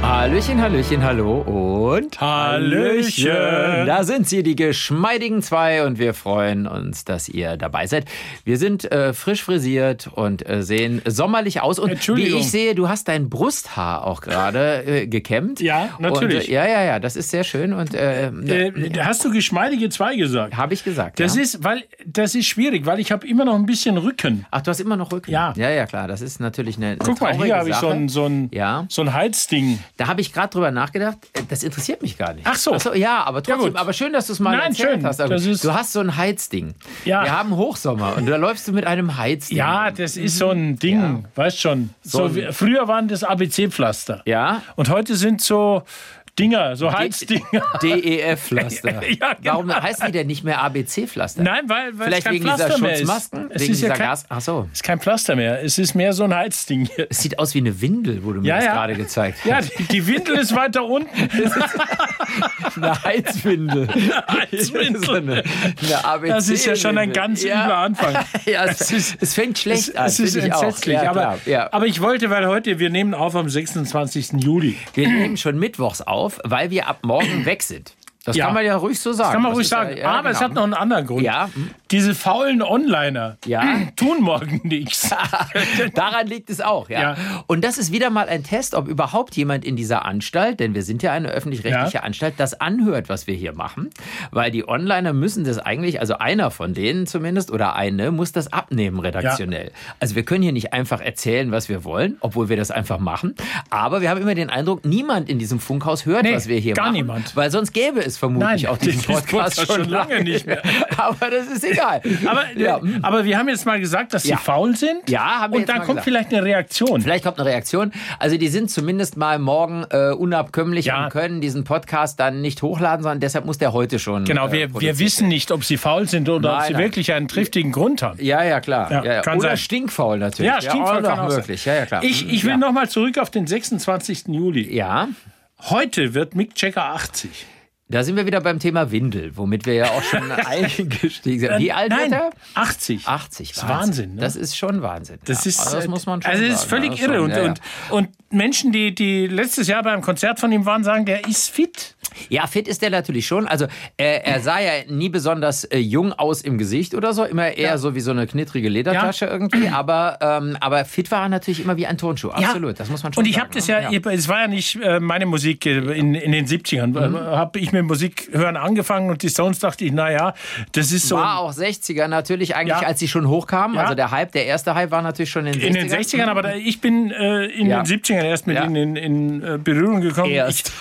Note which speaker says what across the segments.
Speaker 1: Hallöchen, Hallöchen, hallo und
Speaker 2: Hallöchen.
Speaker 1: Da sind sie, die geschmeidigen zwei und wir freuen uns, dass ihr dabei seid. Wir sind äh, frisch frisiert und äh, sehen sommerlich aus und wie
Speaker 2: Entschuldigung.
Speaker 1: ich sehe, du hast dein Brusthaar auch gerade äh, gekämmt.
Speaker 2: Ja, natürlich.
Speaker 1: Und, äh, ja, ja, ja, das ist sehr schön und äh,
Speaker 2: Äh, da hast du geschmeidige zwei gesagt?
Speaker 1: habe ich gesagt.
Speaker 2: Äh, Das
Speaker 1: ja.
Speaker 2: ist, weil das ist schwierig, weil ich habe immer noch ein bisschen Rücken.
Speaker 1: Ach, du hast immer noch Rücken.
Speaker 2: Ja.
Speaker 1: ja, ja, klar, das ist natürlich eine, eine
Speaker 2: Guck mal,
Speaker 1: traurige
Speaker 2: hier habe ich
Speaker 1: Sache.
Speaker 2: so ein, so ein,
Speaker 1: Ja.
Speaker 2: so ein Heizding.
Speaker 1: Da habe ich gerade drüber nachgedacht, äh, das interessiert mich gar nicht.
Speaker 2: Ach so.
Speaker 1: ja, aber trotzdem,
Speaker 2: gut.
Speaker 1: aber schön, dass du es mal
Speaker 2: Nein,
Speaker 1: erzählt
Speaker 2: schön.
Speaker 1: hast. Aber
Speaker 2: Das ist-
Speaker 1: du hast so ein Heizding.
Speaker 2: Ja.
Speaker 1: Wir haben Hochsommer und da läufst du mit einem Heizding.
Speaker 2: Ja, das ist so ein Ding, weißt schon. So,
Speaker 1: Mhm. ein-
Speaker 2: wie- früher waren das ABC-Pflaster.
Speaker 1: Ja.
Speaker 2: Und heute sind so Dinger, so Heizdinger.
Speaker 1: DEF-Pflaster.
Speaker 2: Ja, genau.
Speaker 1: E Warum heißen die denn nicht mehr ABC-Pflaster?
Speaker 2: Nein, weil, weil es
Speaker 1: Vielleicht
Speaker 2: kein
Speaker 1: wegen
Speaker 2: Pflaster
Speaker 1: dieser
Speaker 2: mehr
Speaker 1: Schutzmasken?
Speaker 2: ist. Es
Speaker 1: wegen
Speaker 2: ist ja
Speaker 1: dieser
Speaker 2: kein,
Speaker 1: Gas. Ach so.
Speaker 2: ist kein Pflaster mehr. Es ist mehr so ein Heizding jetzt.
Speaker 1: Es sieht aus wie eine Windel, wo du mir
Speaker 2: Ja,
Speaker 1: das
Speaker 2: ja.
Speaker 1: gerade gezeigt
Speaker 2: Ja,
Speaker 1: hast.
Speaker 2: die, die Windel ist weiter unten.
Speaker 1: Eine Heizwindel.
Speaker 2: Heizwindel.
Speaker 1: So eine, eine ABC
Speaker 2: Das ist ja schon ein ganz übler Anfang.
Speaker 1: Ja, es, es fängt schlecht an.
Speaker 2: Es ist
Speaker 1: Ah, finde ich auch.
Speaker 2: entsetzlich.
Speaker 1: Ja,
Speaker 2: aber,
Speaker 1: klar. ja.
Speaker 2: aber ich wollte, weil heute, wir nehmen auf am 26. Juli.
Speaker 1: Wir nehmen schon mittwochs auf, weil wir ab morgen weg sind. Das
Speaker 2: Ja.
Speaker 1: kann man ja ruhig so sagen.
Speaker 2: Kann man
Speaker 1: Das
Speaker 2: ruhig
Speaker 1: ist
Speaker 2: sagen.
Speaker 1: Ja, ja,
Speaker 2: aber es
Speaker 1: genau.
Speaker 2: hat noch einen anderen Grund.
Speaker 1: Ja. hm.
Speaker 2: Diese faulen Onliner
Speaker 1: Ja.
Speaker 2: tun morgen nichts.
Speaker 1: Daran liegt es auch, ja.
Speaker 2: Ja.
Speaker 1: Und das ist wieder mal ein Test, ob überhaupt jemand in dieser Anstalt, denn wir sind ja eine öffentlich-rechtliche
Speaker 2: Ja.
Speaker 1: Anstalt, das anhört, was wir hier machen. Weil die Onliner müssen das eigentlich, also einer von denen zumindest oder eine, muss das abnehmen redaktionell. Also wir können hier nicht einfach erzählen, was wir wollen, obwohl wir das einfach machen. Aber wir haben immer den Eindruck, niemand in diesem Funkhaus hört,
Speaker 2: Nee,
Speaker 1: was wir hier
Speaker 2: gar
Speaker 1: machen.
Speaker 2: niemand.
Speaker 1: Weil sonst gäbe es vermutlich
Speaker 2: Nein,
Speaker 1: auch diesen
Speaker 2: das ist
Speaker 1: Podcast schon lange,
Speaker 2: nicht mehr.
Speaker 1: Aber das ist egal.
Speaker 2: Aber, äh,
Speaker 1: ja.
Speaker 2: aber wir haben jetzt mal gesagt, dass sie
Speaker 1: Ja.
Speaker 2: faul sind.
Speaker 1: Ja, haben wir jetzt
Speaker 2: Und da
Speaker 1: mal
Speaker 2: kommt
Speaker 1: gesagt.
Speaker 2: vielleicht eine Reaktion.
Speaker 1: Vielleicht kommt eine Reaktion. Also die sind zumindest mal morgen äh, unabkömmlich
Speaker 2: Ja.
Speaker 1: und können diesen Podcast dann nicht hochladen, sondern deshalb muss der heute schon.
Speaker 2: genau,
Speaker 1: äh,
Speaker 2: wir, wir
Speaker 1: produziert
Speaker 2: wissen nicht, ob sie faul sind oder ob
Speaker 1: Nein,
Speaker 2: sie
Speaker 1: nein.
Speaker 2: wirklich einen triftigen Grund haben.
Speaker 1: werden. Ja, ja, klar.
Speaker 2: Ja,
Speaker 1: Ja, ja.
Speaker 2: kann
Speaker 1: Oder
Speaker 2: sein.
Speaker 1: stinkfaul natürlich.
Speaker 2: Ja, stimmt, voll
Speaker 1: auch
Speaker 2: kann
Speaker 1: noch
Speaker 2: auch sein.
Speaker 1: möglich. oh, Ja, ja, klar.
Speaker 2: Ich, ich will
Speaker 1: ja.
Speaker 2: nochmal zurück auf den 26. Juli.
Speaker 1: Ja,
Speaker 2: Heute wird Mick Checker 80.
Speaker 1: da sind wir wieder beim Thema Windel, womit wir ja auch schon eingestiegen sind. Wie alt
Speaker 2: Äh, Nein,
Speaker 1: wird er? Ah,
Speaker 2: 80.
Speaker 1: 80.
Speaker 2: Das ist Wahnsinn. Ne?
Speaker 1: Das ist schon Wahnsinn.
Speaker 2: Das
Speaker 1: ja.
Speaker 2: ist,
Speaker 1: also das muss man schon
Speaker 2: also
Speaker 1: sagen.
Speaker 2: es ist völlig
Speaker 1: Ja,
Speaker 2: irre.
Speaker 1: schon,
Speaker 2: und,
Speaker 1: ja, ja.
Speaker 2: und, und Menschen, die, die letztes Jahr beim Konzert von ihm waren, sagen, der ist fit.
Speaker 1: Ja, fit ist der natürlich schon. Also äh, er sah ja nie besonders äh, jung aus im Gesicht oder so. Immer eher so wie so eine knittrige Ledertasche irgendwie. Aber, ähm, aber fit war er natürlich immer wie ein Turnschuh. Absolut, das muss man schon
Speaker 2: Und ich
Speaker 1: sagen.
Speaker 2: habe das
Speaker 1: ne?
Speaker 2: ja, es war ja nicht äh, meine Musik äh, in, in den 70ern.
Speaker 1: Mhm.
Speaker 2: Habe ich mit Musik hören angefangen und die Stones dachte ich, naja, das ist so.
Speaker 1: War auch 60er natürlich eigentlich,
Speaker 2: Ja.
Speaker 1: als sie schon hochkamen.
Speaker 2: Ja.
Speaker 1: Also der Hype, der erste Hype war natürlich schon in den 60ern.
Speaker 2: in den 60ern, aber da, ich bin äh, in
Speaker 1: Ja.
Speaker 2: den 70ern erst mit
Speaker 1: Ja.
Speaker 2: ihnen in, in äh, Berührung gekommen.
Speaker 1: Erst.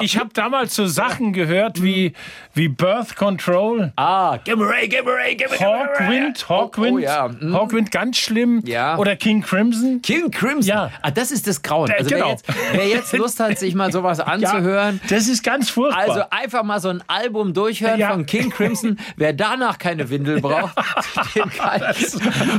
Speaker 2: Ich, ich habe damals so Sachen gehört wie, wie Birth Control,
Speaker 1: Ah, Gimmeray, Gimmeray, Gimmeray.
Speaker 2: Hawkwind, Hawkwind,
Speaker 1: Oh, oh, ja. Mhm.
Speaker 2: Hawkwind ganz schlimm
Speaker 1: Ja.
Speaker 2: oder King Crimson.
Speaker 1: King Crimson.
Speaker 2: Ja.
Speaker 1: Ah, das ist das Grauen. Also wer,
Speaker 2: genau.
Speaker 1: jetzt, wer jetzt Lust hat, sich mal sowas anzuhören,
Speaker 2: Ja, das ist ganz furchtbar.
Speaker 1: Also einfach mal so ein Album durchhören
Speaker 2: Ja.
Speaker 1: von King Crimson. Wer danach keine Windel braucht, dem kann ich.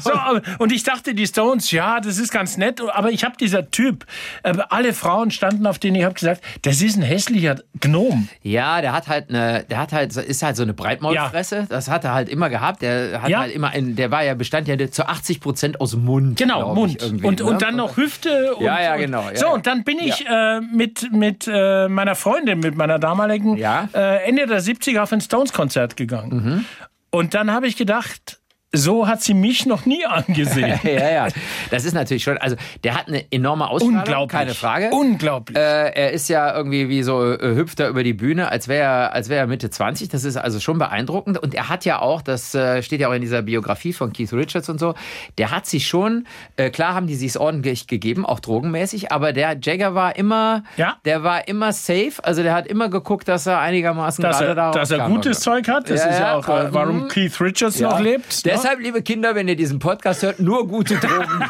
Speaker 2: so, aber- und ich dachte, die Stones, ja, das ist ganz nett, aber ich habe dieser Typ, äh, alle Frauen standen auf denen, ich habe gesagt, das ist ein hässlicher Gnom.
Speaker 1: Ja, der hat halt eine, der hat halt, ist halt so eine Breitmaulfresse. Das hat er halt immer gehabt. Der hat
Speaker 2: Ja.
Speaker 1: halt immer, einen, der war ja bestand ja zu 80 Prozent aus Mund. glaub
Speaker 2: Genau,
Speaker 1: ich,
Speaker 2: Mund.
Speaker 1: irgendwie,
Speaker 2: und,
Speaker 1: ne?
Speaker 2: und dann noch Hüfte. Und,
Speaker 1: Ja, ja,
Speaker 2: und-
Speaker 1: genau, ja,
Speaker 2: so,
Speaker 1: ja.
Speaker 2: und dann bin ich äh, mit, mit äh, meiner Freundin, mit meiner damaligen,
Speaker 1: Ja. Mhm.
Speaker 2: äh, Ende der 70er auf ein Stones-Konzert gegangen. Und dann habe ich gedacht, so hat sie mich noch nie angesehen.
Speaker 1: Ja, ja. Das ist natürlich schon. Also der hat eine enorme Ausstrahlung.
Speaker 2: Unglaublich.
Speaker 1: Keine Frage.
Speaker 2: Unglaublich.
Speaker 1: Äh, er ist ja irgendwie wie so äh, hüpft er über die Bühne, als wäre er, als wär er Mitte 20. Das ist also schon beeindruckend. Und er hat ja auch, das äh, steht ja auch in dieser Biografie von Keith Richards und so, der hat sich schon, äh, klar haben die sich's ordentlich gegeben, auch drogenmäßig, aber der Jagger war immer,
Speaker 2: Ja.
Speaker 1: der war immer safe. Also der hat immer geguckt, dass er einigermaßen
Speaker 2: dass
Speaker 1: gerade
Speaker 2: er,
Speaker 1: da
Speaker 2: dass er
Speaker 1: rauskam.
Speaker 2: gutes Zeug hat, das
Speaker 1: Ja,
Speaker 2: ist ja
Speaker 1: ja,
Speaker 2: auch, äh,
Speaker 1: mhm.
Speaker 2: warum Keith Richards noch lebt. ne?
Speaker 1: Deshalb, liebe Kinder, wenn ihr diesen Podcast hört, nur gute Drogen.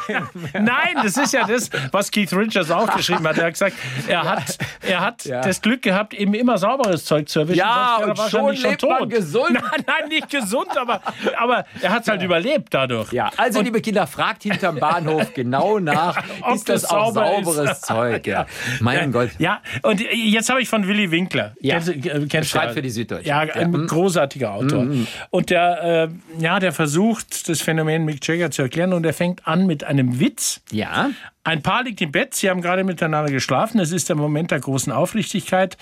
Speaker 2: Nein, das ist ja das, was Keith Richards auch geschrieben hat. Er hat gesagt, er hat, er hat
Speaker 1: Ja.
Speaker 2: das Glück gehabt, eben immer sauberes Zeug zu erwischen.
Speaker 1: Ja,
Speaker 2: sonst wäre er
Speaker 1: und
Speaker 2: wahrscheinlich
Speaker 1: schon lebt man gesund.
Speaker 2: Nein, nein, nicht gesund, aber, aber er hat es halt überlebt dadurch.
Speaker 1: ja, also, liebe Kinder, fragt hinterm Bahnhof genau nach,
Speaker 2: Ob
Speaker 1: ist das,
Speaker 2: das
Speaker 1: auch
Speaker 2: sauber ist.
Speaker 1: sauberes Zeug? Ja. Mein Gott.
Speaker 2: Ja, und jetzt habe ich von Willy Winkler.
Speaker 1: Ja.
Speaker 2: Kennst, du- äh, kennst du
Speaker 1: Schreibt
Speaker 2: ja.
Speaker 1: für die Süddeutsche.
Speaker 2: Ja, ein
Speaker 1: Ja. Mhm.
Speaker 2: großartiger Autor. Und der, äh, ja, der versucht, das Phänomen Mick Jagger zu erklären und er fängt an mit einem Witz.
Speaker 1: Ja.
Speaker 2: Ein Paar liegt im Bett, sie haben gerade miteinander geschlafen. Es ist der Moment der großen Aufrichtigkeit.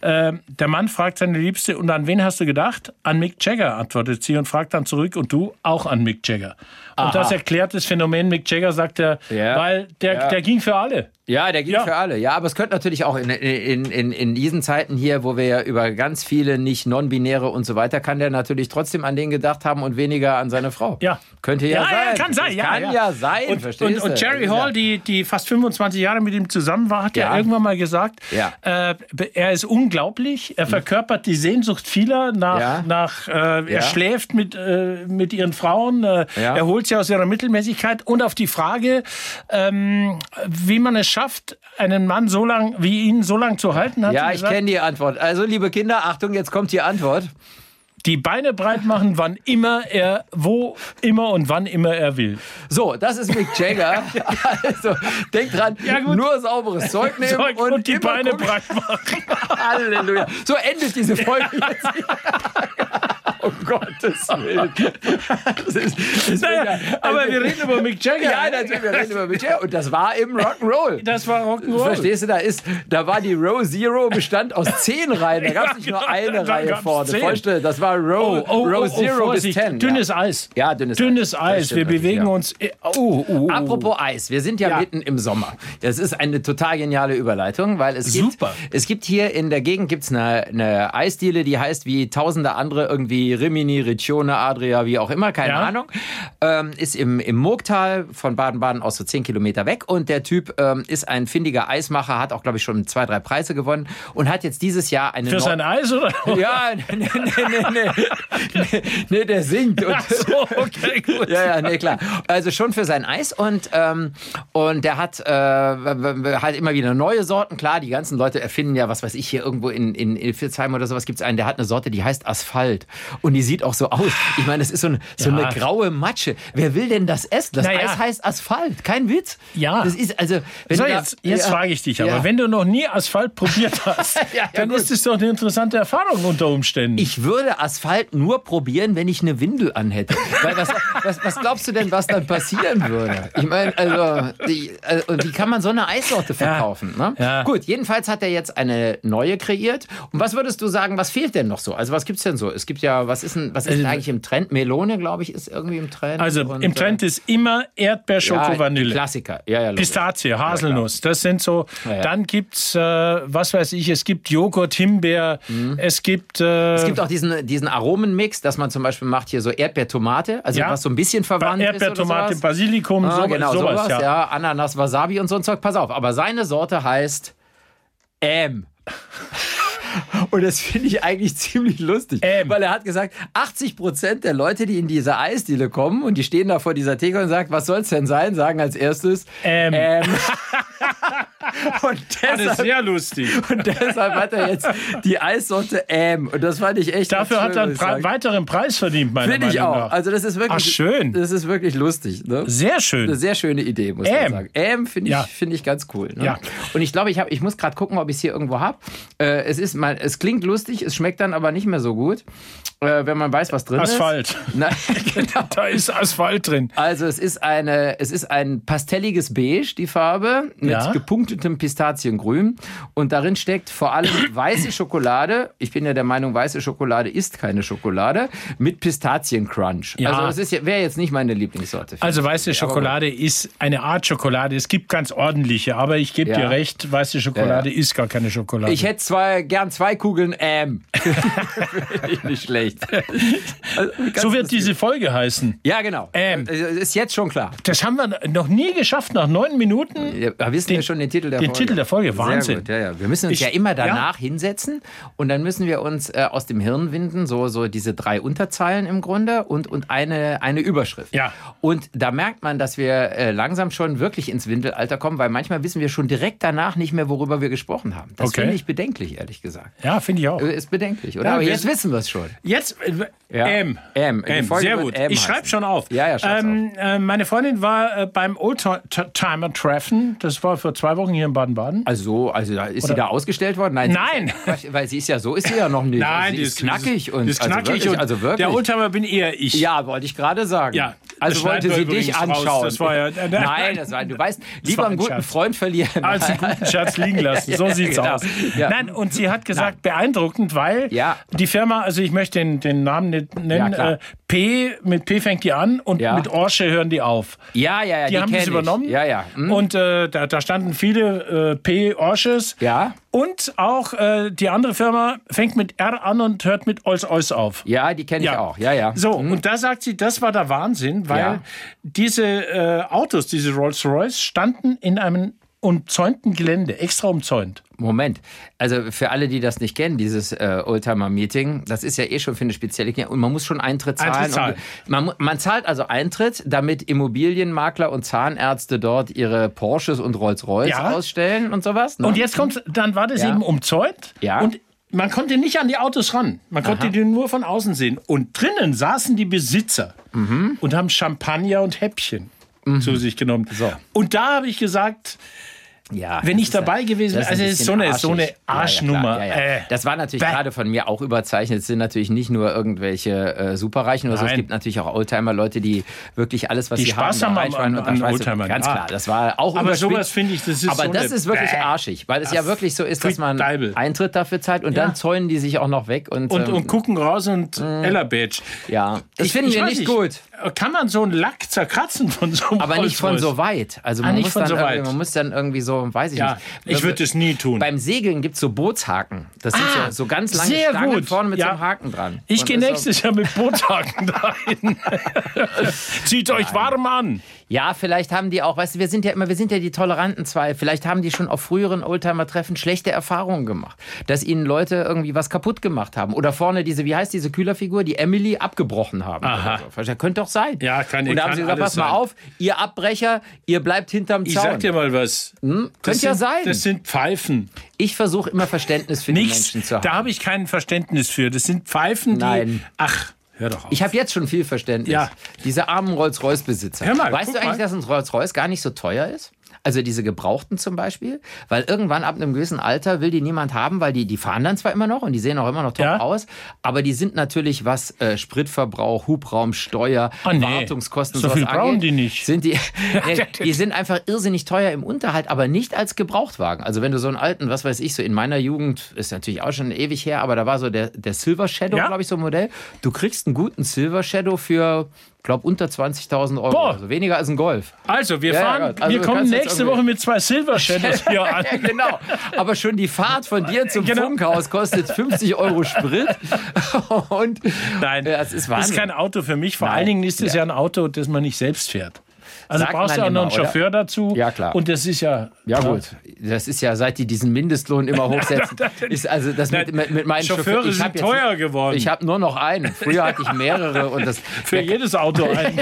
Speaker 2: Ähm, der Mann fragt seine Liebste, und an wen hast du gedacht? An Mick Jagger, antwortet sie und fragt dann zurück, und du auch an Mick Jagger. Und das erklärt das Phänomen Mick Jagger, sagt er,
Speaker 1: Ja.
Speaker 2: weil der,
Speaker 1: Ja.
Speaker 2: der ging für alle.
Speaker 1: Ja, der gilt
Speaker 2: Ja.
Speaker 1: für alle. Ja, aber es könnte natürlich auch in, in, in, in diesen Zeiten hier, wo wir ja über ganz viele nicht non-binäre und so weiter, kann der natürlich trotzdem an den gedacht haben und weniger an seine Frau.
Speaker 2: Ja.
Speaker 1: Könnte ja, sein.
Speaker 2: kann sein,
Speaker 1: Das
Speaker 2: ja.
Speaker 1: Kann ja, sein,
Speaker 2: Und,
Speaker 1: verstehst
Speaker 2: und,
Speaker 1: du?
Speaker 2: und Jerry
Speaker 1: Das ist ja-
Speaker 2: Hall, die, die fast 25 Jahre mit ihm zusammen war, hat ja,
Speaker 1: Ja.
Speaker 2: irgendwann mal gesagt,
Speaker 1: Ja. Mhm.
Speaker 2: äh, er ist unglaublich, er verkörpert die Sehnsucht vieler nach,
Speaker 1: Ja.
Speaker 2: nach äh, er
Speaker 1: Ja.
Speaker 2: schläft mit, äh, mit ihren Frauen, äh,
Speaker 1: Ja.
Speaker 2: er holt sie aus ihrer Mittelmäßigkeit und auf die Frage, ähm, wie man es schafft, einen Mann so lang, wie ihn so lang zu halten, hat
Speaker 1: Ja,
Speaker 2: sie
Speaker 1: ich
Speaker 2: gesagt,
Speaker 1: kenne die Antwort. Also, liebe Kinder, Achtung, jetzt kommt die Antwort.
Speaker 2: die Beine breit machen, wann immer er, wo immer und wann immer er will.
Speaker 1: So, das ist Mick Jagger. Also, denkt dran,
Speaker 2: Ja, gut.
Speaker 1: nur sauberes Zeug nehmen
Speaker 2: Zeug
Speaker 1: und,
Speaker 2: und, die
Speaker 1: immer
Speaker 2: Beine
Speaker 1: gucken.
Speaker 2: breit machen.
Speaker 1: Halleluja. So endet diese Folge jetzt. um Gottes Willen. Das ist, das
Speaker 2: Naja,
Speaker 1: wird ja-
Speaker 2: aber wir reden über Mick Jagger. ne?
Speaker 1: Ja, natürlich, wir reden über Mick Jagger. Und das war eben Rock'n'Roll.
Speaker 2: Das war Rock'n'Roll.
Speaker 1: Verstehst du, da ist, da war die Row Zero bestand aus zehn Reihen. Da gab es
Speaker 2: Ja,
Speaker 1: nicht nur
Speaker 2: genau,
Speaker 1: eine
Speaker 2: dann
Speaker 1: Reihe
Speaker 2: gab's
Speaker 1: vorne.
Speaker 2: zehn.
Speaker 1: Vollstelle, das war
Speaker 2: Oh,
Speaker 1: Row, Row Zero bis
Speaker 2: Vorsicht,
Speaker 1: ten.
Speaker 2: Dünnes Eis.
Speaker 1: Ja, dünnes Eis.
Speaker 2: Dünnes
Speaker 1: Das
Speaker 2: Eis.
Speaker 1: stimmt
Speaker 2: Wir
Speaker 1: natürlich,
Speaker 2: bewegen
Speaker 1: ja.
Speaker 2: uns. äh, Oh, oh, oh.
Speaker 1: Apropos Eis, wir sind ja,
Speaker 2: Ja.
Speaker 1: mitten im Sommer. Das ist eine total geniale Überleitung, weil es
Speaker 2: Super.
Speaker 1: gibt es gibt hier in der Gegend gibt's eine, eine Eisdiele, die heißt wie tausende andere irgendwie Rimini, Riccione, Adria, wie auch immer, keine
Speaker 2: Ja.
Speaker 1: Ahnung. Ähm, ist im, im Murgtal von Baden-Baden aus so zehn Kilometer weg und der Typ ähm, ist ein findiger Eismacher, hat auch glaube ich schon zwei drei Preise gewonnen und hat jetzt dieses Jahr eine
Speaker 2: Für
Speaker 1: neu-
Speaker 2: sein Eis oder?
Speaker 1: ja, ne, nee, nee, nee, nee, nee, nee, ne, der singt und
Speaker 2: Ach so, okay, gut.
Speaker 1: ja, ja, nee, klar. Also schon für sein Eis und, ähm, und der hat äh, halt immer wieder neue Sorten. Klar, die ganzen Leute erfinden ja, was weiß ich, hier irgendwo in, in Ilfelsheim oder sowas gibt es einen, der hat eine Sorte, die heißt Asphalt. Und die sieht auch so aus. Ich meine, das ist so, ein, so
Speaker 2: Ja.
Speaker 1: eine graue Matsche. Wer will denn das essen? Das
Speaker 2: Naja.
Speaker 1: Eis heißt Asphalt. Kein Witz.
Speaker 2: Ja.
Speaker 1: Das ist also. wenn
Speaker 2: So,
Speaker 1: du da-
Speaker 2: jetzt, jetzt
Speaker 1: ja.
Speaker 2: frage ich dich aber,
Speaker 1: Ja.
Speaker 2: wenn du noch nie Asphalt probiert hast,
Speaker 1: Ja, ja,
Speaker 2: dann
Speaker 1: gut.
Speaker 2: ist es doch eine interessante Erfahrung unter Umständen.
Speaker 1: Ich würde Asphalt nur probieren, wenn ich eine Windel anhätte. Weil was, was, was glaubst du denn, was dann passieren würde? Ich meine, also, die, also, und wie kann man so eine Eissorte verkaufen? Ne?
Speaker 2: Ja.
Speaker 1: Gut, jedenfalls hat er jetzt eine neue kreiert. Und was würdest du sagen, was fehlt denn noch so? Also, was gibt's denn so? Es gibt ja, was ist denn, was ist denn eigentlich im Trend? Melone, glaube ich, ist irgendwie im Trend.
Speaker 2: also
Speaker 1: Und,
Speaker 2: im Trend ist immer Erdbeer,
Speaker 1: äh, ja,
Speaker 2: Schoko, Vanille.
Speaker 1: Klassiker. Ja, ja, logisch.
Speaker 2: Pistazie, Haselnuss, das sind so.
Speaker 1: Ja, ja.
Speaker 2: Dann gibt's, äh, was weiß ich, es gibt Joghurt, Himbeer, es gibt. Äh,
Speaker 1: Mhm. Es gibt auch diesen, diesen Aromenmix, dass man zum Beispiel macht hier so Erdbeer-Tomate, also
Speaker 2: Ja.
Speaker 1: was so ein bisschen verwandt ist.
Speaker 2: Erdbeer,
Speaker 1: oder
Speaker 2: Tomate,
Speaker 1: sowas.
Speaker 2: Basilikum,
Speaker 1: Ah,
Speaker 2: so,
Speaker 1: genau,
Speaker 2: sowas, ja.
Speaker 1: Ananas, Wasabi und so ein Zeug. Pass auf, aber seine Sorte heißt M. Und das finde ich eigentlich ziemlich lustig,
Speaker 2: Ähm.
Speaker 1: weil er hat gesagt, 80 Prozent der Leute, die in diese Eisdiele kommen und die stehen da vor dieser Theke und sagen, was soll's denn sein, sagen als erstes
Speaker 2: Ähm.
Speaker 1: und,
Speaker 2: Das ist
Speaker 1: deshalb,
Speaker 2: sehr lustig.
Speaker 1: und deshalb hat er jetzt die Eissorte M. Und das fand ich echt.
Speaker 2: Dafür
Speaker 1: ganz
Speaker 2: hat er
Speaker 1: schön,
Speaker 2: einen
Speaker 1: muss ich sagen.
Speaker 2: Pre weiteren Preis verdient, meiner
Speaker 1: Finde
Speaker 2: Meinung
Speaker 1: ich auch.
Speaker 2: nach.
Speaker 1: Also das ist wirklich.
Speaker 2: Ach, schön.
Speaker 1: Das ist wirklich lustig. Ne?
Speaker 2: sehr
Speaker 1: Eine
Speaker 2: schön.
Speaker 1: sehr schöne Idee, muss
Speaker 2: Ähm.
Speaker 1: man sagen. Ähm finde ich,
Speaker 2: Ja.
Speaker 1: finde ich ganz cool. Ne?
Speaker 2: Ja.
Speaker 1: Und ich glaube, ich, hab, ich muss gerade gucken, ob ich es hier irgendwo habe. Äh, es, ist mal- es klingt lustig, es schmeckt dann aber nicht mehr so gut, äh, wenn man weiß, was drin
Speaker 2: Asphalt.
Speaker 1: ist. Asphalt. genau.
Speaker 2: Da ist Asphalt drin.
Speaker 1: Also es ist, eine, es ist ein pastelliges Beige, die Farbe, mit
Speaker 2: Ja.
Speaker 1: gepunktetem Pistaziengrün. Und darin steckt vor allem weiße Schokolade. Ich bin ja der Meinung, weiße Schokolade ist keine Schokolade. Mit Pistaziencrunch.
Speaker 2: Ja.
Speaker 1: Also es ist- wäre jetzt nicht meine Lieblingssorte.
Speaker 2: Also weiße Schokolade ist eine Art Schokolade. Es gibt ganz ordentliche, aber ich gebe
Speaker 1: Ja.
Speaker 2: dir recht, weiße Schokolade ist gar keine Schokolade.
Speaker 1: Ich hätte zwei, gern zwei Kugeln Ähm. Finde ich nicht schlecht. Also, ganz-
Speaker 2: so wird diese Folge heißen.
Speaker 1: ja, genau.
Speaker 2: Ähm.
Speaker 1: Ist jetzt schon klar.
Speaker 2: Das haben wir noch nie geschafft, nach neun Minuten
Speaker 1: Ja, wissen wir schon den Titel der der
Speaker 2: Den
Speaker 1: Folge.
Speaker 2: Titel der Folge, Wahnsinn.
Speaker 1: Sehr gut, ja, ja. Wir müssen uns
Speaker 2: Ich-
Speaker 1: ja immer
Speaker 2: ja.
Speaker 1: danach hinsetzen und dann müssen wir uns äh, aus dem Hirn winden, so, so diese drei Unterzeilen im Grunde und, und eine, eine Überschrift.
Speaker 2: Ja.
Speaker 1: Und da merkt man, dass wir äh, langsam schon wirklich ins Windelalter kommen, weil manchmal wissen wir schon direkt danach nicht mehr, worüber wir gesprochen haben. Das
Speaker 2: Okay.
Speaker 1: finde ich bedenklich, ehrlich gesagt.
Speaker 2: Ja, finde ich auch.
Speaker 1: Äh, Ist bedenklich, oder?
Speaker 2: Ja,
Speaker 1: Aber
Speaker 2: wir-
Speaker 1: jetzt wissen wir es schon.
Speaker 2: Jetzt äh,
Speaker 1: Ja.
Speaker 2: M.
Speaker 1: M. Die Folge
Speaker 2: Sehr
Speaker 1: wird
Speaker 2: gut.
Speaker 1: M
Speaker 2: ich
Speaker 1: heißen.
Speaker 2: schreibe schon auf.
Speaker 1: Ja, ja, schreib's
Speaker 2: ähm, Äh, meine Freundin war äh, beim Oldtimer-Treffen. Das war vor zwei Wochen hier in Baden-Baden.
Speaker 1: Also, so, also da- ist sie da ausgestellt worden? Nein.
Speaker 2: Nein.
Speaker 1: Sie ist ja, weil sie ist ja so, ist sie ja noch nicht. Also sie
Speaker 2: die
Speaker 1: ist knackig und
Speaker 2: die ist
Speaker 1: also
Speaker 2: knackig
Speaker 1: wirklich,
Speaker 2: und
Speaker 1: also wirklich.
Speaker 2: der Oldtimer bin eher ich.
Speaker 1: Ja, wollte ich gerade sagen.
Speaker 2: Ja, das
Speaker 1: also wollte
Speaker 2: schneiden
Speaker 1: sie
Speaker 2: wir
Speaker 1: dich
Speaker 2: übrigens raus.
Speaker 1: anschauen.
Speaker 2: Das war ja-
Speaker 1: nein,
Speaker 2: Nein.
Speaker 1: das war, du weißt, lieber
Speaker 2: war
Speaker 1: einen
Speaker 2: ein
Speaker 1: guten
Speaker 2: Scherz.
Speaker 1: Freund verlieren.
Speaker 2: Als einen guten Schatz liegen lassen. So
Speaker 1: Ja,
Speaker 2: sieht's
Speaker 1: genau.
Speaker 2: aus.
Speaker 1: Ja.
Speaker 2: Nein, und sie hat gesagt, beeindruckend, weil
Speaker 1: Ja.
Speaker 2: die Firma, also ich möchte den, den Namen nicht nennen,
Speaker 1: klar.
Speaker 2: äh, P, mit P fängt die an und
Speaker 1: Ja.
Speaker 2: mit Orsche hören die auf.
Speaker 1: ja, ja, ja,
Speaker 2: die, haben
Speaker 1: kenn
Speaker 2: das
Speaker 1: ich.
Speaker 2: übernommen.
Speaker 1: Ja, ja. Hm?
Speaker 2: Und äh, da, da standen viele äh, P. Orsches.
Speaker 1: Ja.
Speaker 2: Und auch äh, die andere Firma fängt mit R an und hört mit Ols Ols auf.
Speaker 1: Ja, die kenne ich auch. Ja, ja.
Speaker 2: So, und da sagt sie, das war der Wahnsinn, weil
Speaker 1: Ja.
Speaker 2: diese äh, Autos, diese Rolls-Royce, standen in einem umzäunten Gelände, extra umzäunt.
Speaker 1: Moment. Also für alle, die das nicht kennen, dieses äh, Oldtimer-Meeting, das ist ja eh schon für eine spezielle Klinik. Und man muss schon Eintritt zahlen.
Speaker 2: Eintritt zahlen.
Speaker 1: Und man, mu- man zahlt also Eintritt, damit Immobilienmakler und Zahnärzte dort ihre Porsches und Rolls-Royce
Speaker 2: Ja.
Speaker 1: ausstellen und sowas. Ne?
Speaker 2: Und jetzt kommt, dann war das
Speaker 1: Ja.
Speaker 2: eben umzäunt.
Speaker 1: Ja.
Speaker 2: Und man konnte nicht an die Autos ran. Man konnte die nur von außen sehen. Und drinnen saßen die Besitzer
Speaker 1: Mhm.
Speaker 2: und haben Champagner und Häppchen zu sich genommen.
Speaker 1: So.
Speaker 2: Und da habe ich gesagt,
Speaker 1: Ja,
Speaker 2: Wenn
Speaker 1: das
Speaker 2: ich
Speaker 1: ist ja-
Speaker 2: dabei gewesen
Speaker 1: das
Speaker 2: wäre- also
Speaker 1: ein
Speaker 2: es ist
Speaker 1: bisschen
Speaker 2: so eine- so eine
Speaker 1: arschig. Ja, ja,
Speaker 2: Arschnummer.
Speaker 1: klar, Ja, ja,
Speaker 2: Äh,
Speaker 1: das war natürlich
Speaker 2: bäh.
Speaker 1: gerade von mir auch überzeichnet. Es sind natürlich nicht nur irgendwelche äh, Superreichen oder so. Es
Speaker 2: Nein.
Speaker 1: gibt natürlich auch Oldtimer, Leute, die wirklich alles, was
Speaker 2: Die
Speaker 1: sie
Speaker 2: Spaß
Speaker 1: haben,
Speaker 2: haben
Speaker 1: da
Speaker 2: am-
Speaker 1: reinschreien
Speaker 2: am-
Speaker 1: und dann
Speaker 2: an
Speaker 1: schmeißen.
Speaker 2: Oldtimern,
Speaker 1: Ganz
Speaker 2: ja.
Speaker 1: klar, das war auch
Speaker 2: Aber
Speaker 1: überspitzt.
Speaker 2: sowas finde ich, das ist
Speaker 1: Aber
Speaker 2: so
Speaker 1: das
Speaker 2: eine-
Speaker 1: ist wirklich
Speaker 2: bäh.
Speaker 1: arschig, weil es ja
Speaker 2: Das
Speaker 1: wirklich so ist, dass
Speaker 2: kriegt
Speaker 1: man
Speaker 2: Deibel.
Speaker 1: Eintritt dafür zahlt und
Speaker 2: Ja.
Speaker 1: dann zäunen die sich auch noch weg. Und,
Speaker 2: und,
Speaker 1: ähm, Mhm.
Speaker 2: und gucken raus und Ella Badge.
Speaker 1: ja, das finden wir
Speaker 2: weiß
Speaker 1: nicht gut.
Speaker 2: Kann man so einen Lack zerkratzen von so einem
Speaker 1: Aber nicht von so weit. Also man,
Speaker 2: Ah, nicht
Speaker 1: muss
Speaker 2: von
Speaker 1: dann
Speaker 2: so
Speaker 1: irgendwie-
Speaker 2: weit.
Speaker 1: man muss dann irgendwie so, weiß ich
Speaker 2: Ja,
Speaker 1: nicht. Also
Speaker 2: ich würde es nie tun.
Speaker 1: Beim Segeln gibt es so Bootshaken. Das sind
Speaker 2: Ah,
Speaker 1: so, so ganz lange
Speaker 2: sehr
Speaker 1: Stangen
Speaker 2: gut.
Speaker 1: vorne mit
Speaker 2: Ja.
Speaker 1: so einem Haken dran.
Speaker 2: Ich
Speaker 1: Und
Speaker 2: gehe
Speaker 1: das ist
Speaker 2: nächstes Jahr mit Boothaken dahin. Zieht euch warm an.
Speaker 1: so- Ja, vielleicht haben die auch, weißt du, wir sind ja immer, wir sind ja die toleranten zwei. Vielleicht haben die schon auf früheren Oldtimer-Treffen schlechte Erfahrungen gemacht. Dass ihnen Leute irgendwie was kaputt gemacht haben. Oder vorne diese, wie heißt diese Kühlerfigur, die Emily abgebrochen haben.
Speaker 2: Aha.
Speaker 1: Oder So. Das könnte doch sein.
Speaker 2: Ja, kann-
Speaker 1: Und da haben
Speaker 2: kann
Speaker 1: sie gesagt,
Speaker 2: alles
Speaker 1: pass mal
Speaker 2: sein.
Speaker 1: auf, ihr Abbrecher, ihr bleibt hinterm
Speaker 2: Ich
Speaker 1: Zaun.
Speaker 2: sag dir mal was. Das
Speaker 1: könnte ja
Speaker 2: sind,
Speaker 1: sein.
Speaker 2: Das sind Pfeifen.
Speaker 1: ich versuche immer Verständnis für
Speaker 2: Nichts.
Speaker 1: die Menschen zu haben.
Speaker 2: Da habe ich kein Verständnis für. Das sind Pfeifen, die.
Speaker 1: Nein.
Speaker 2: Ach, hör doch auf.
Speaker 1: Ich habe jetzt schon viel Verständnis.
Speaker 2: Ja.
Speaker 1: Diese armen Rolls-Royce-Besitzer.
Speaker 2: Hör mal,
Speaker 1: weißt
Speaker 2: guck
Speaker 1: du eigentlich,
Speaker 2: mal.
Speaker 1: dass ein Rolls-Royce gar nicht so teuer ist? Also diese gebrauchten zum Beispiel, weil irgendwann ab einem gewissen Alter will die niemand haben, weil die, die fahren dann zwar immer noch und die sehen auch immer noch top
Speaker 2: Ja.
Speaker 1: aus, aber die sind natürlich, was äh, Spritverbrauch, Hubraum, Steuer,
Speaker 2: Ah, nee.
Speaker 1: Wartungskosten und
Speaker 2: So
Speaker 1: sowas
Speaker 2: viel brauchen
Speaker 1: angeht,
Speaker 2: die nicht.
Speaker 1: Sind die, nee, die sind einfach irrsinnig teuer im Unterhalt, aber nicht als Gebrauchtwagen. Also wenn du so einen alten, was weiß ich, so in meiner Jugend, ist natürlich auch schon ewig her, aber da war so der, der Silver Shadow,
Speaker 2: Ja.
Speaker 1: glaube ich, so ein Modell. Du kriegst einen guten Silver Shadow für, glaube unter 20.000 Euro.
Speaker 2: Boah.
Speaker 1: Also weniger als ein Golf.
Speaker 2: Also, wir
Speaker 1: Ja, ja,
Speaker 2: fahren.
Speaker 1: also
Speaker 2: wir
Speaker 1: du
Speaker 2: kommen
Speaker 1: kannst jetzt
Speaker 2: nächste
Speaker 1: irgendwie-
Speaker 2: Woche mit zwei Silver Shadows hier an.
Speaker 1: Ja, genau. Aber schon die Fahrt von dir zum
Speaker 2: Genau.
Speaker 1: Funkhaus kostet 50 Euro Sprit. Und
Speaker 2: Nein,
Speaker 1: Ja, das ist
Speaker 2: das
Speaker 1: Wahnsinn.
Speaker 2: ist kein Auto für mich. Vor
Speaker 1: Nein.
Speaker 2: allen Dingen ist es ja. ein Auto, das man nicht selbst fährt. Also
Speaker 1: Sagt
Speaker 2: brauchst du
Speaker 1: man
Speaker 2: auch noch einen
Speaker 1: immer, oder?
Speaker 2: Chauffeur dazu.
Speaker 1: Ja, klar.
Speaker 2: Und das ist ja. ne,
Speaker 1: ja gut, das ist ja, seit die diesen Mindestlohn immer hochsetzen, ist also das mit, mit, mit meinen
Speaker 2: Chauffeure
Speaker 1: ich hab
Speaker 2: sind
Speaker 1: jetzt-
Speaker 2: teuer geworden.
Speaker 1: Ich habe nur noch einen. Früher hatte ich mehrere und das.
Speaker 2: Für
Speaker 1: wer,
Speaker 2: jedes Auto ein.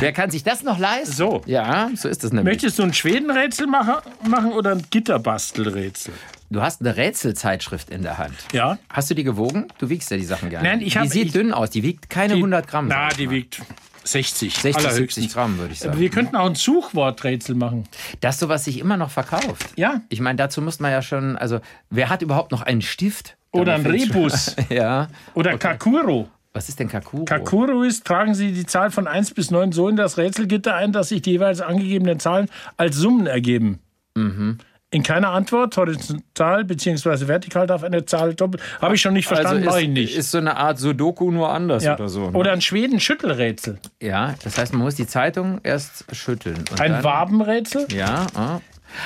Speaker 1: wer kann sich das noch leisten?
Speaker 2: So.
Speaker 1: Ja, so ist das nämlich.
Speaker 2: Möchtest du ein Schwedenrätsel mache- machen oder ein Gitterbastelrätsel?
Speaker 1: Du hast eine Rätselzeitschrift in der Hand.
Speaker 2: Ja.
Speaker 1: Hast du die gewogen? Du wiegst ja die Sachen gerne.
Speaker 2: Nein, ich
Speaker 1: die
Speaker 2: hab-
Speaker 1: sieht
Speaker 2: ich-
Speaker 1: dünn aus. Die wiegt keine 100 Gramm.
Speaker 2: Na, Also
Speaker 1: sag ich
Speaker 2: die
Speaker 1: mal.
Speaker 2: wiegt 60.
Speaker 1: 60,
Speaker 2: allerhöchstens.
Speaker 1: 70 Gramm, würde ich sagen.
Speaker 2: Wir könnten auch ein Suchworträtsel machen.
Speaker 1: Das sowas sich immer noch verkauft.
Speaker 2: Ja.
Speaker 1: Ich meine, dazu muss man ja schon, also wer hat überhaupt noch einen Stift?
Speaker 2: Oder ein
Speaker 1: Damit fängt's
Speaker 2: Rebus.
Speaker 1: schon- Ja.
Speaker 2: Oder Kakuro.
Speaker 1: Was ist denn Kakuro?
Speaker 2: Kakuro ist, tragen Sie die Zahl von 1 bis 9 so in das Rätselgitter ein, dass sich die jeweils angegebenen Zahlen als Summen ergeben.
Speaker 1: Mhm.
Speaker 2: In keiner Antwort, horizontal bzw. vertikal darf eine Zahl doppelt. Habe ich schon nicht verstanden,
Speaker 1: also
Speaker 2: mache
Speaker 1: ist,
Speaker 2: ich nicht.
Speaker 1: ist so eine Art Sudoku nur anders
Speaker 2: ja.
Speaker 1: oder so. ne?
Speaker 2: oder ein Schweden-Schüttelrätsel.
Speaker 1: ja, das heißt, man muss die Zeitung erst schütteln. Und
Speaker 2: Ein
Speaker 1: dann,
Speaker 2: Wabenrätsel?
Speaker 1: Ja, ah.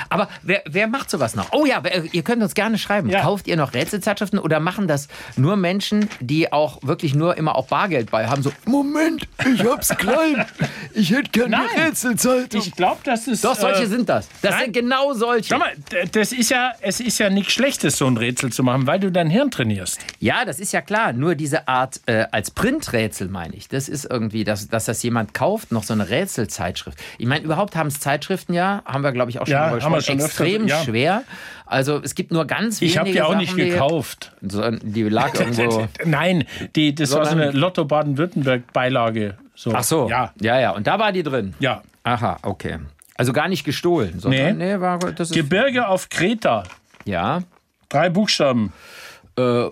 Speaker 1: Aber wer, wer macht sowas noch? Oh ja, wer, ihr könnt uns gerne schreiben.
Speaker 2: Ja.
Speaker 1: Kauft ihr noch Rätselzeitschriften oder machen das nur Menschen, die auch wirklich nur immer auch Bargeld bei haben? So, Moment, ich hab's klein. Ich hätte gerne
Speaker 2: Nein.
Speaker 1: eine Rätselzeitung.
Speaker 2: Ich glaube, das ist.
Speaker 1: Doch, solche
Speaker 2: äh,
Speaker 1: sind das. Das
Speaker 2: nein.
Speaker 1: sind genau solche.
Speaker 2: Schau mal, d- das ist ja, es ist ja nichts Schlechtes, so ein Rätsel zu machen, weil du dein Hirn trainierst.
Speaker 1: Ja, das ist ja klar. Nur diese Art äh, als Printrätsel, meine ich. Das ist irgendwie, dass, dass das jemand kauft, noch so eine Rätselzeitschrift. Ich meine, überhaupt haben es Zeitschriften ja, haben wir, glaube ich, auch schon
Speaker 2: Ja,
Speaker 1: drüber
Speaker 2: haben wir
Speaker 1: gesprochen,
Speaker 2: schon öfter,
Speaker 1: extrem
Speaker 2: ja.
Speaker 1: schwer. Also es gibt nur ganz wenige
Speaker 2: Ich habe die auch
Speaker 1: Sachen,
Speaker 2: nicht
Speaker 1: die-
Speaker 2: gekauft.
Speaker 1: So, die lag irgendwo.
Speaker 2: Nein, die, das war so
Speaker 1: Sondern-
Speaker 2: eine Lotto Baden-Württemberg-Beilage. So.
Speaker 1: Ach so.
Speaker 2: Ja.
Speaker 1: ja, ja. Und da war die drin.
Speaker 2: ja.
Speaker 1: Aha, okay. Also gar nicht gestohlen, sondern nee, war das ist,
Speaker 2: Gebirge auf Kreta.
Speaker 1: ja.
Speaker 2: Drei Buchstaben.
Speaker 1: Äh,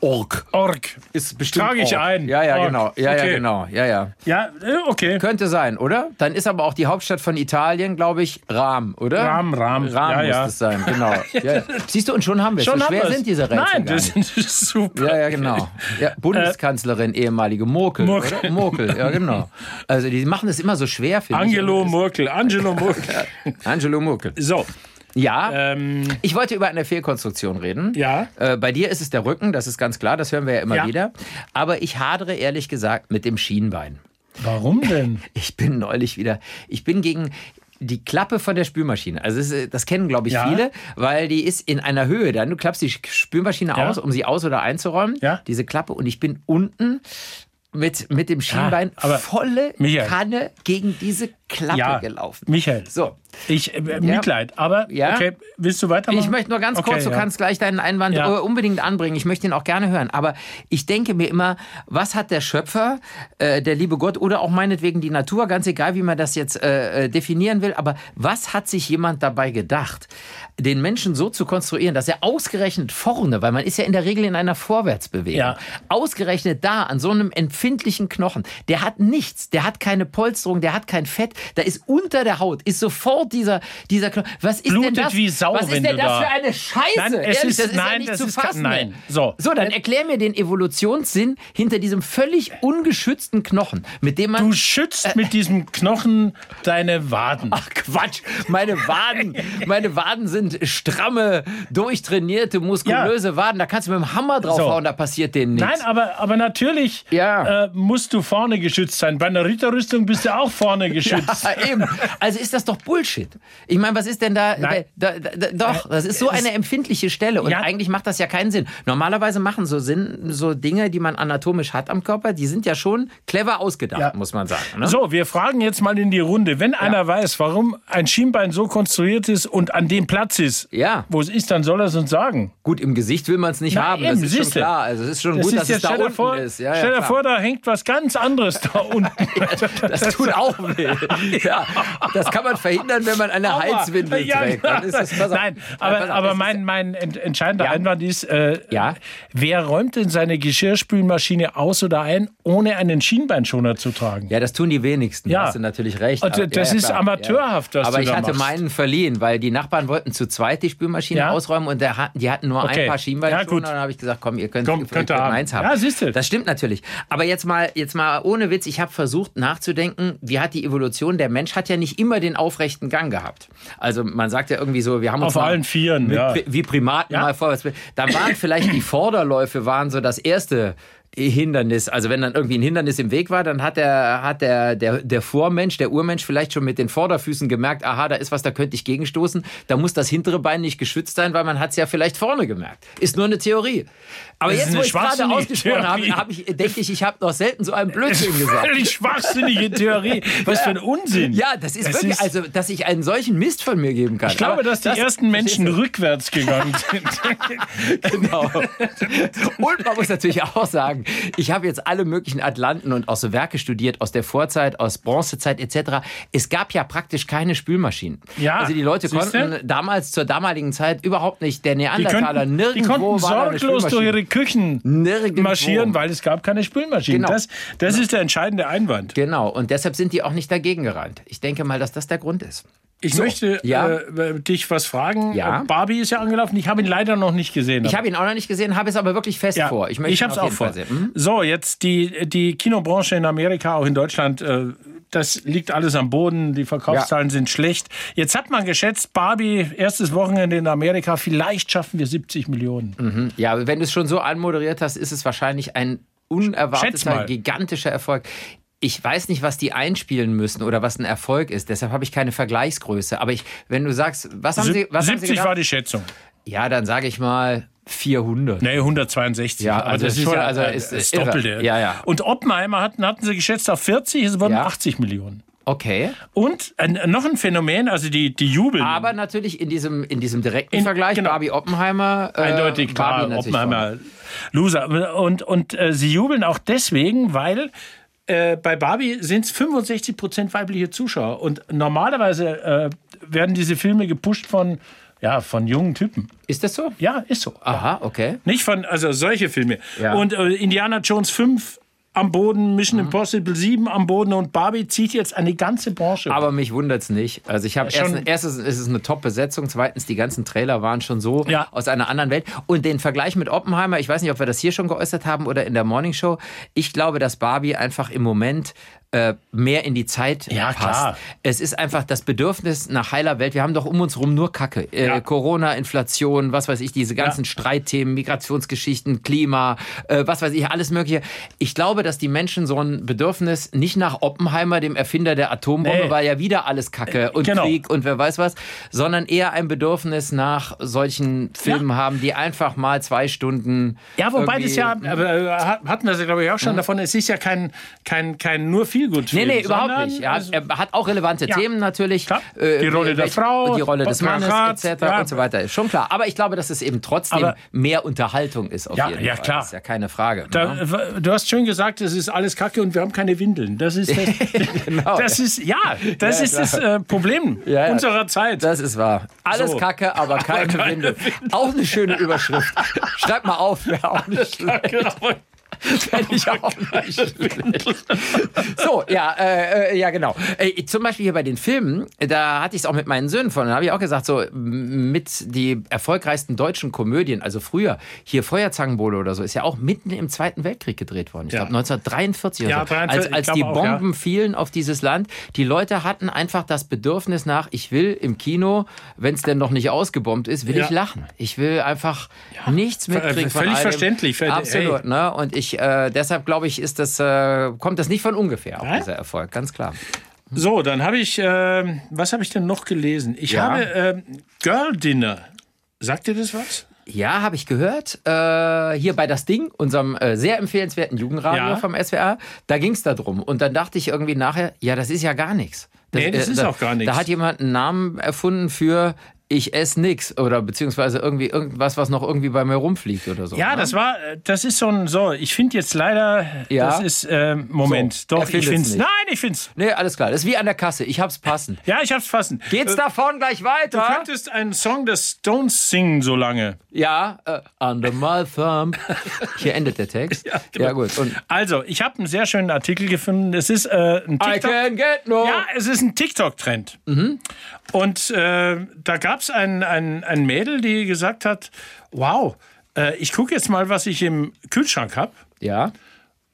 Speaker 1: Org
Speaker 2: Org.
Speaker 1: ist bestimmt.
Speaker 2: Trage ich
Speaker 1: Org.
Speaker 2: ein.
Speaker 1: Ja, ja,
Speaker 2: Org.
Speaker 1: genau. Ja, ja,
Speaker 2: Okay.
Speaker 1: genau. Ja, ja.
Speaker 2: Ja, äh, okay.
Speaker 1: Könnte sein, oder? Dann ist aber auch die Hauptstadt von Italien, glaube ich, Ram, oder?
Speaker 2: Ram, Ram.
Speaker 1: Ram
Speaker 2: Ja,
Speaker 1: muss
Speaker 2: ja.
Speaker 1: das sein, genau. Ja, ja. Siehst du, und schon haben wir es.
Speaker 2: Schon
Speaker 1: so
Speaker 2: haben
Speaker 1: schwer
Speaker 2: wir's.
Speaker 1: sind diese Rätsel
Speaker 2: Nein,
Speaker 1: gar
Speaker 2: das
Speaker 1: nicht.
Speaker 2: ist super.
Speaker 1: Ja, ja, genau. Ja, Bundeskanzlerin, ehemalige Murkel.
Speaker 2: Murkel.
Speaker 1: Oder? Murkel, ja, genau. Also, die machen es immer so schwer, finde
Speaker 2: Angelo
Speaker 1: ich.
Speaker 2: Murkel. Angelo Murkel.
Speaker 1: Angelo Murkel.
Speaker 2: So,
Speaker 1: Ja,
Speaker 2: ähm,
Speaker 1: ich wollte über eine Fehlkonstruktion reden.
Speaker 2: Ja.
Speaker 1: Äh, bei dir ist es der Rücken, das ist ganz klar, das hören wir ja immer
Speaker 2: Ja.
Speaker 1: wieder. Aber ich hadere ehrlich gesagt mit dem Schienbein.
Speaker 2: warum denn?
Speaker 1: Ich bin neulich wieder, ich bin gegen die Klappe von der Spülmaschine. Also das, ist- das kennen, glaube ich,
Speaker 2: Ja.
Speaker 1: viele, weil die ist in einer Höhe. Dann du klappst die Spülmaschine
Speaker 2: Ja.
Speaker 1: aus, um sie aus- oder einzuräumen,
Speaker 2: Ja.
Speaker 1: diese Klappe. Und ich bin unten mit, mit dem Schienbein
Speaker 2: Ah, aber
Speaker 1: volle
Speaker 2: Michael.
Speaker 1: Kanne gegen diese Klappe
Speaker 2: Ja,
Speaker 1: gelaufen.
Speaker 2: Michael.
Speaker 1: So,
Speaker 2: Ich, äh, Mitleid, aber
Speaker 1: Ja.
Speaker 2: okay, willst du weitermachen?
Speaker 1: ich möchte nur ganz
Speaker 2: Okay,
Speaker 1: kurz, du
Speaker 2: ja.
Speaker 1: kannst gleich deinen Einwand
Speaker 2: Ja.
Speaker 1: äh, unbedingt anbringen. Ich möchte ihn auch gerne hören. Aber ich denke mir immer, was hat der Schöpfer, äh, der liebe Gott oder auch meinetwegen die Natur, ganz egal, wie man das jetzt äh, äh, definieren will, aber was hat sich jemand dabei gedacht, den Menschen so zu konstruieren, dass er ausgerechnet vorne, weil man ist ja in der Regel in einer Vorwärtsbewegung,
Speaker 2: Ja.
Speaker 1: ausgerechnet da an so einem empfindlichen Knochen, der hat nichts, der hat keine Polsterung, der hat kein Fett, da ist unter der Haut, ist sofort dieser, dieser Knochen. Was ist
Speaker 2: Blutet
Speaker 1: denn das?
Speaker 2: wie Sau,
Speaker 1: was ist
Speaker 2: wenn
Speaker 1: denn
Speaker 2: du
Speaker 1: das
Speaker 2: da-
Speaker 1: für eine Scheiße?
Speaker 2: Nein, es
Speaker 1: Ehrlich,
Speaker 2: ist-
Speaker 1: das ist ja
Speaker 2: nein,
Speaker 1: nicht
Speaker 2: das
Speaker 1: zu
Speaker 2: ist-
Speaker 1: fassen.
Speaker 2: nein. So.
Speaker 1: so, dann erklär mir den Evolutionssinn hinter diesem völlig ungeschützten Knochen, mit dem man.
Speaker 2: Du schützt mit diesem Knochen deine Waden.
Speaker 1: Ach Quatsch, meine Waden, meine Waden sind stramme, durchtrainierte, muskulöse Waden. Da kannst du mit dem Hammer draufhauen, da passiert denen nichts.
Speaker 2: Nein, aber, aber natürlich
Speaker 1: Ja.
Speaker 2: äh, musst du vorne geschützt sein. Bei einer Ritterrüstung bist du auch vorne geschützt.
Speaker 1: Ja, eben. Also ist das doch Bullshit. Ich meine, was ist denn da,
Speaker 2: Nein.
Speaker 1: da, da, da? Doch, das ist so eine empfindliche Stelle und
Speaker 2: Ja.
Speaker 1: eigentlich macht das ja keinen Sinn. Normalerweise machen so Sinn so Dinge, die man anatomisch hat am Körper, die sind ja schon clever ausgedacht,
Speaker 2: Ja.
Speaker 1: muss man sagen. Ne?
Speaker 2: So, wir fragen jetzt mal in die Runde. Wenn einer weiß, warum ein Schienbein so konstruiert ist und an dem Platz ist,
Speaker 1: Ja.
Speaker 2: wo es ist, dann soll er es uns sagen.
Speaker 1: Gut, im Gesicht will man es nicht
Speaker 2: Na,
Speaker 1: haben, das
Speaker 2: eben,
Speaker 1: ist schon
Speaker 2: siehste.
Speaker 1: klar. Also es ist schon
Speaker 2: Das
Speaker 1: gut,
Speaker 2: ist
Speaker 1: dass
Speaker 2: ja-
Speaker 1: es da
Speaker 2: stell dir
Speaker 1: unten
Speaker 2: vor,
Speaker 1: ist. Ja,
Speaker 2: stell
Speaker 1: ja,
Speaker 2: dir
Speaker 1: klar.
Speaker 2: vor, da hängt was ganz anderes da unten.
Speaker 1: das tut auch weh. Ja, das kann man verhindern, wenn man eine Heizwindel
Speaker 2: Ja,
Speaker 1: trägt.
Speaker 2: ja.
Speaker 1: Dann ist das, pass auf.
Speaker 2: Nein,
Speaker 1: Ja, pass
Speaker 2: aber,
Speaker 1: auf,
Speaker 2: aber
Speaker 1: das ist-
Speaker 2: mein, mein ent- entscheidender
Speaker 1: Ja.
Speaker 2: Einwand ist, äh,
Speaker 1: Ja.
Speaker 2: wer räumt denn seine Geschirrspülmaschine aus oder ein, ohne einen Schienbeinschoner zu tragen?
Speaker 1: Ja, das tun die wenigsten.
Speaker 2: Ja.
Speaker 1: Da hast du natürlich recht.
Speaker 2: Und
Speaker 1: Aber-
Speaker 2: das ist
Speaker 1: klar.
Speaker 2: amateurhaft, was
Speaker 1: Aber
Speaker 2: du
Speaker 1: ich
Speaker 2: da
Speaker 1: hatte
Speaker 2: machst.
Speaker 1: meinen verliehen, weil die Nachbarn wollten zu zweit die Spülmaschine
Speaker 2: Ja.
Speaker 1: ausräumen und der, hat- die hatten nur
Speaker 2: Okay.
Speaker 1: ein paar Schienbeine
Speaker 2: Ja,
Speaker 1: schon.
Speaker 2: gut.
Speaker 1: Und dann habe ich gesagt, komm, ihr könnt,
Speaker 2: Komm,
Speaker 1: ihr
Speaker 2: könnt
Speaker 1: könnt
Speaker 2: ihr haben.
Speaker 1: meins haben.
Speaker 2: Ja, siehst du.
Speaker 1: Das stimmt natürlich. Aber jetzt mal, jetzt mal ohne Witz, ich habe versucht nachzudenken, wie hat die Evolution, der Mensch hat ja nicht immer den aufrechten Gang gehabt. Also man sagt ja irgendwie so, wir haben uns
Speaker 2: Auf
Speaker 1: mal
Speaker 2: allen Vieren,
Speaker 1: mit
Speaker 2: ja.
Speaker 1: Pri- wie Primaten mal vorwärts. Dann waren vielleicht die Vorderläufe waren so das erste Hindernis. Also wenn dann irgendwie ein Hindernis im Weg war, dann hat der hat der der der Vormensch, der Urmensch vielleicht schon mit den Vorderfüßen gemerkt, aha, da ist was, da könnte ich gegenstoßen. Da muss das hintere Bein nicht geschützt sein, weil man hat es ja vielleicht vorne gemerkt. Ist nur eine Theorie. Aber
Speaker 2: Das
Speaker 1: jetzt,
Speaker 2: ist
Speaker 1: wo
Speaker 2: eine
Speaker 1: ich gerade
Speaker 2: schwachsinnige
Speaker 1: ausgesprochen habe,
Speaker 2: Theorie.
Speaker 1: hab ich, denke ich, ich habe noch selten so einen Blödsinn gesagt.
Speaker 2: Völlig schwachsinnige Theorie. Was für ein Unsinn.
Speaker 1: Ja, das ist
Speaker 2: Das
Speaker 1: wirklich,
Speaker 2: ist-
Speaker 1: also, dass ich einen solchen Mist von mir geben kann.
Speaker 2: Ich glaube, dass die ersten Menschen rückwärts gegangen sind.
Speaker 1: Genau. Und man muss natürlich auch sagen, ich habe jetzt alle möglichen Atlanten und auch so Werke studiert aus der Vorzeit, aus Bronzezeit etc. Es gab ja praktisch keine Spülmaschinen.
Speaker 2: Ja,
Speaker 1: also die Leute
Speaker 2: siehste?
Speaker 1: konnten damals zur damaligen Zeit überhaupt nicht der
Speaker 2: Die,
Speaker 1: Neandertaler
Speaker 2: könnten, die
Speaker 1: nirgendwo
Speaker 2: konnten
Speaker 1: war da eine
Speaker 2: sorglos durch
Speaker 1: Spülmaschine.
Speaker 2: ihre Küchen
Speaker 1: Nirgendwo.
Speaker 2: marschieren, weil es gab keine Spülmaschinen.
Speaker 1: Genau.
Speaker 2: Das, das ist der entscheidende Einwand.
Speaker 1: Genau, und deshalb sind die auch nicht dagegen gerannt. Ich denke mal, dass das der Grund ist.
Speaker 2: Ich möchte
Speaker 1: ja.
Speaker 2: äh, dich was fragen.
Speaker 1: Ja.
Speaker 2: Äh, Barbie ist ja angelaufen. Ich habe ihn leider noch nicht gesehen.
Speaker 1: Ich habe ihn auch noch nicht gesehen, habe es aber wirklich fest
Speaker 2: Ähm, ja,
Speaker 1: vor. Ich möchte
Speaker 2: ich
Speaker 1: ihn
Speaker 2: habe es
Speaker 1: auf
Speaker 2: auch
Speaker 1: jeden Fall
Speaker 2: vor.
Speaker 1: sehen. Hm?
Speaker 2: So, jetzt die, die Kinobranche in Amerika, auch in Deutschland, äh, das liegt alles am Boden, die Verkaufszahlen sind schlecht. Jetzt hat man geschätzt, Barbie, erstes Wochenende in Amerika, vielleicht schaffen wir 70 Millionen.
Speaker 1: Mhm. Ja, aber wenn du es schon so anmoderiert hast, ist es wahrscheinlich ein unerwarteter,
Speaker 2: mal.
Speaker 1: gigantischer Erfolg. Ich weiß nicht, was die einspielen müssen oder was ein Erfolg ist. Deshalb habe ich keine Vergleichsgröße. Aber ich, wenn du sagst, was haben sie,
Speaker 2: Sieb-
Speaker 1: was
Speaker 2: 70 war
Speaker 1: haben sie
Speaker 2: die Schätzung.
Speaker 1: die Ja, dann sage ich mal 400.
Speaker 2: Nee, 162.
Speaker 1: Ja,
Speaker 2: aber
Speaker 1: also
Speaker 2: das
Speaker 1: es
Speaker 2: ist
Speaker 1: ist
Speaker 2: schon
Speaker 1: ja- also
Speaker 2: äh,
Speaker 1: es
Speaker 2: das
Speaker 1: ist irre.
Speaker 2: Doppelte.
Speaker 1: Ja, ja.
Speaker 2: Und Oppenheimer hatten, hatten sie geschätzt auf 40, es wurden
Speaker 1: Ja.
Speaker 2: 80 Millionen.
Speaker 1: Okay.
Speaker 2: Und äh, noch ein Phänomen, also die, die jubeln.
Speaker 1: Aber natürlich in diesem, in diesem direkten
Speaker 2: Mhm. In-
Speaker 1: Vergleich,
Speaker 2: genau.
Speaker 1: Barbie Oppenheimer. äh,
Speaker 2: Eindeutig klar,
Speaker 1: Barbie natürlich
Speaker 2: Oppenheimer Loser. Und, und äh, sie jubeln auch deswegen, weil äh, bei Barbie sind es 65 Prozent weibliche Zuschauer. Und normalerweise äh, werden diese Filme gepusht von, ja, von jungen Typen.
Speaker 1: vorne. Ist das so?
Speaker 2: Ja, ist so.
Speaker 1: Aha, okay.
Speaker 2: Nicht von, also solche Filme.
Speaker 1: Ja. Mhm.
Speaker 2: Und äh, Indiana Jones 5 am Boden, Mission Impossible 7 am Boden und Barbie zieht jetzt eine ganze Branche.
Speaker 1: Aber mich wundert's nicht. Also ich habe
Speaker 2: schon-
Speaker 1: erstens, erstens ist es eine Top-Besetzung, zweitens die ganzen Trailer waren schon so
Speaker 2: Ja.
Speaker 1: aus einer anderen Welt. Und den Vergleich mit Oppenheimer, ich weiß nicht, ob wir das hier schon geäußert haben oder in der Morning Show. Ich glaube, dass Barbie einfach im Moment äh, mehr in die Zeit
Speaker 2: Ja,
Speaker 1: passt.
Speaker 2: klar.
Speaker 1: Es ist einfach das Bedürfnis nach heiler Welt. Wir haben doch um uns rum nur Kacke. Äh,
Speaker 2: Ja.
Speaker 1: Corona, Inflation, was weiß ich, diese ganzen Streitthemen, Migrationsgeschichten, Klima, äh, was weiß ich, alles Mögliche. Ich glaube, dass die Menschen so ein Bedürfnis nicht nach Oppenheimer, dem Erfinder der Atombombe,
Speaker 2: Nee.
Speaker 1: weil ja wieder alles Kacke und
Speaker 2: genau.
Speaker 1: Krieg und wer weiß was, sondern eher ein Bedürfnis nach solchen Filmen haben, die einfach mal zwei Stunden.
Speaker 2: Ja,
Speaker 1: irgendwie-
Speaker 2: wobei
Speaker 1: mhm.
Speaker 2: das ja, aber, äh, hat- hatten wir es ja, glaube ich, auch schon davon, es ist ja kein, kein, kein nur viel gut
Speaker 1: Nee, nee, überhaupt nicht. äh, Er hat, er hat auch relevante
Speaker 2: also Ja.
Speaker 1: Themen natürlich. Äh,
Speaker 2: Klar. Die Rolle der Frau,
Speaker 1: die Rolle des Mannes,
Speaker 2: Patriarchat,
Speaker 1: etc.
Speaker 2: ja.
Speaker 1: und so weiter. Ist schon klar. Aber ich glaube, dass es eben trotzdem
Speaker 2: Aber-
Speaker 1: mehr Unterhaltung ist. Auf
Speaker 2: Ja,
Speaker 1: jeden
Speaker 2: ja,
Speaker 1: Fall.
Speaker 2: klar.
Speaker 1: Das ist ja keine Frage. ne?
Speaker 2: Da, du hast schön gesagt, es ist alles Kacke und wir haben keine Windeln. Das ist das,
Speaker 1: Genau.
Speaker 2: das ist ja, das
Speaker 1: Ja,
Speaker 2: ist das äh, Problem
Speaker 1: ja.
Speaker 2: unserer Zeit.
Speaker 1: Das ist wahr. Alles
Speaker 2: So.
Speaker 1: Kacke, aber keine,
Speaker 2: keine
Speaker 1: Windel. Auch eine schöne Überschrift. Schreib mal auf, wäre auch nicht schlecht.
Speaker 2: genau.
Speaker 1: Fände ich auch nicht schlecht. So, ja, äh, äh, ja, genau. Äh, zum Beispiel hier bei den Filmen, da hatte ich es auch mit meinen Söhnen von. Da habe ich auch gesagt, so m- mit die erfolgreichsten deutschen Komödien, also früher, hier Feuerzangenbowle oder so, ist ja auch mitten im Zweiten Weltkrieg gedreht worden. Ich
Speaker 2: Ja.
Speaker 1: glaube 1943 oder
Speaker 2: Ja,
Speaker 1: so. als
Speaker 2: 43,
Speaker 1: als
Speaker 2: ich
Speaker 1: die
Speaker 2: glaube auch, ja.
Speaker 1: Bomben fielen auf dieses Land, die Leute hatten einfach das Bedürfnis nach, ich will im Kino, wenn es denn noch nicht ausgebombt ist, will
Speaker 2: Ja.
Speaker 1: ich lachen. Ich will einfach nichts mitkriegen. von
Speaker 2: Äh, völlig
Speaker 1: all dem.
Speaker 2: verständlich. Völlig-
Speaker 1: Absolut. Ne? Und ich, äh, deshalb glaube ich, ist das, äh, kommt das nicht von ungefähr, auch
Speaker 2: Nein?
Speaker 1: dieser Erfolg, ganz klar.
Speaker 2: So, dann habe ich, ähm, was habe ich denn noch gelesen? Ich
Speaker 1: Ja.
Speaker 2: habe ähm, Girl Dinner. Sagt dir das was?
Speaker 1: Ja, habe ich gehört. Äh, hier bei Das Ding, unserem äh, sehr empfehlenswerten Jugendradio
Speaker 2: Ja.
Speaker 1: vom SWR, da ging es darum. Und dann dachte ich irgendwie nachher, ja, das ist ja gar nichts.
Speaker 2: Nee, das ist
Speaker 1: da,
Speaker 2: auch gar nix.
Speaker 1: Da hat jemand einen Namen erfunden für ich esse nix oder beziehungsweise irgendwie irgendwas, was noch irgendwie bei mir rumfliegt oder so.
Speaker 2: Ja,
Speaker 1: ne?
Speaker 2: das war, äh, das ist so ein, so, ich finde jetzt leider,
Speaker 1: Ja.
Speaker 2: das ist, ähm, Moment,
Speaker 1: So, er
Speaker 2: doch, ich
Speaker 1: findet's
Speaker 2: finde es.
Speaker 1: nicht.
Speaker 2: Nein, ich finde es.
Speaker 1: Nee, alles klar. Das ist wie an der Kasse. Ich hab's passend.
Speaker 2: Ja, ich hab's fassen.
Speaker 1: Geht's davon gleich weiter?
Speaker 2: Äh, Du könntest einen Song der Stones singen so lange.
Speaker 1: Ja, äh, under my thumb. Hier endet der Text. Ja, gut. Und
Speaker 2: Also, ich habe einen sehr schönen Artikel gefunden. Es ist äh, ein
Speaker 1: I
Speaker 2: TikTok.
Speaker 1: can Mhm. get no.
Speaker 2: Ja, es ist ein TikTok-Trend. Und äh, da gab es ein, ein, ein Mädel, die gesagt hat, wow, äh, ich gucke jetzt mal, was ich im Kühlschrank habe
Speaker 1: Ja,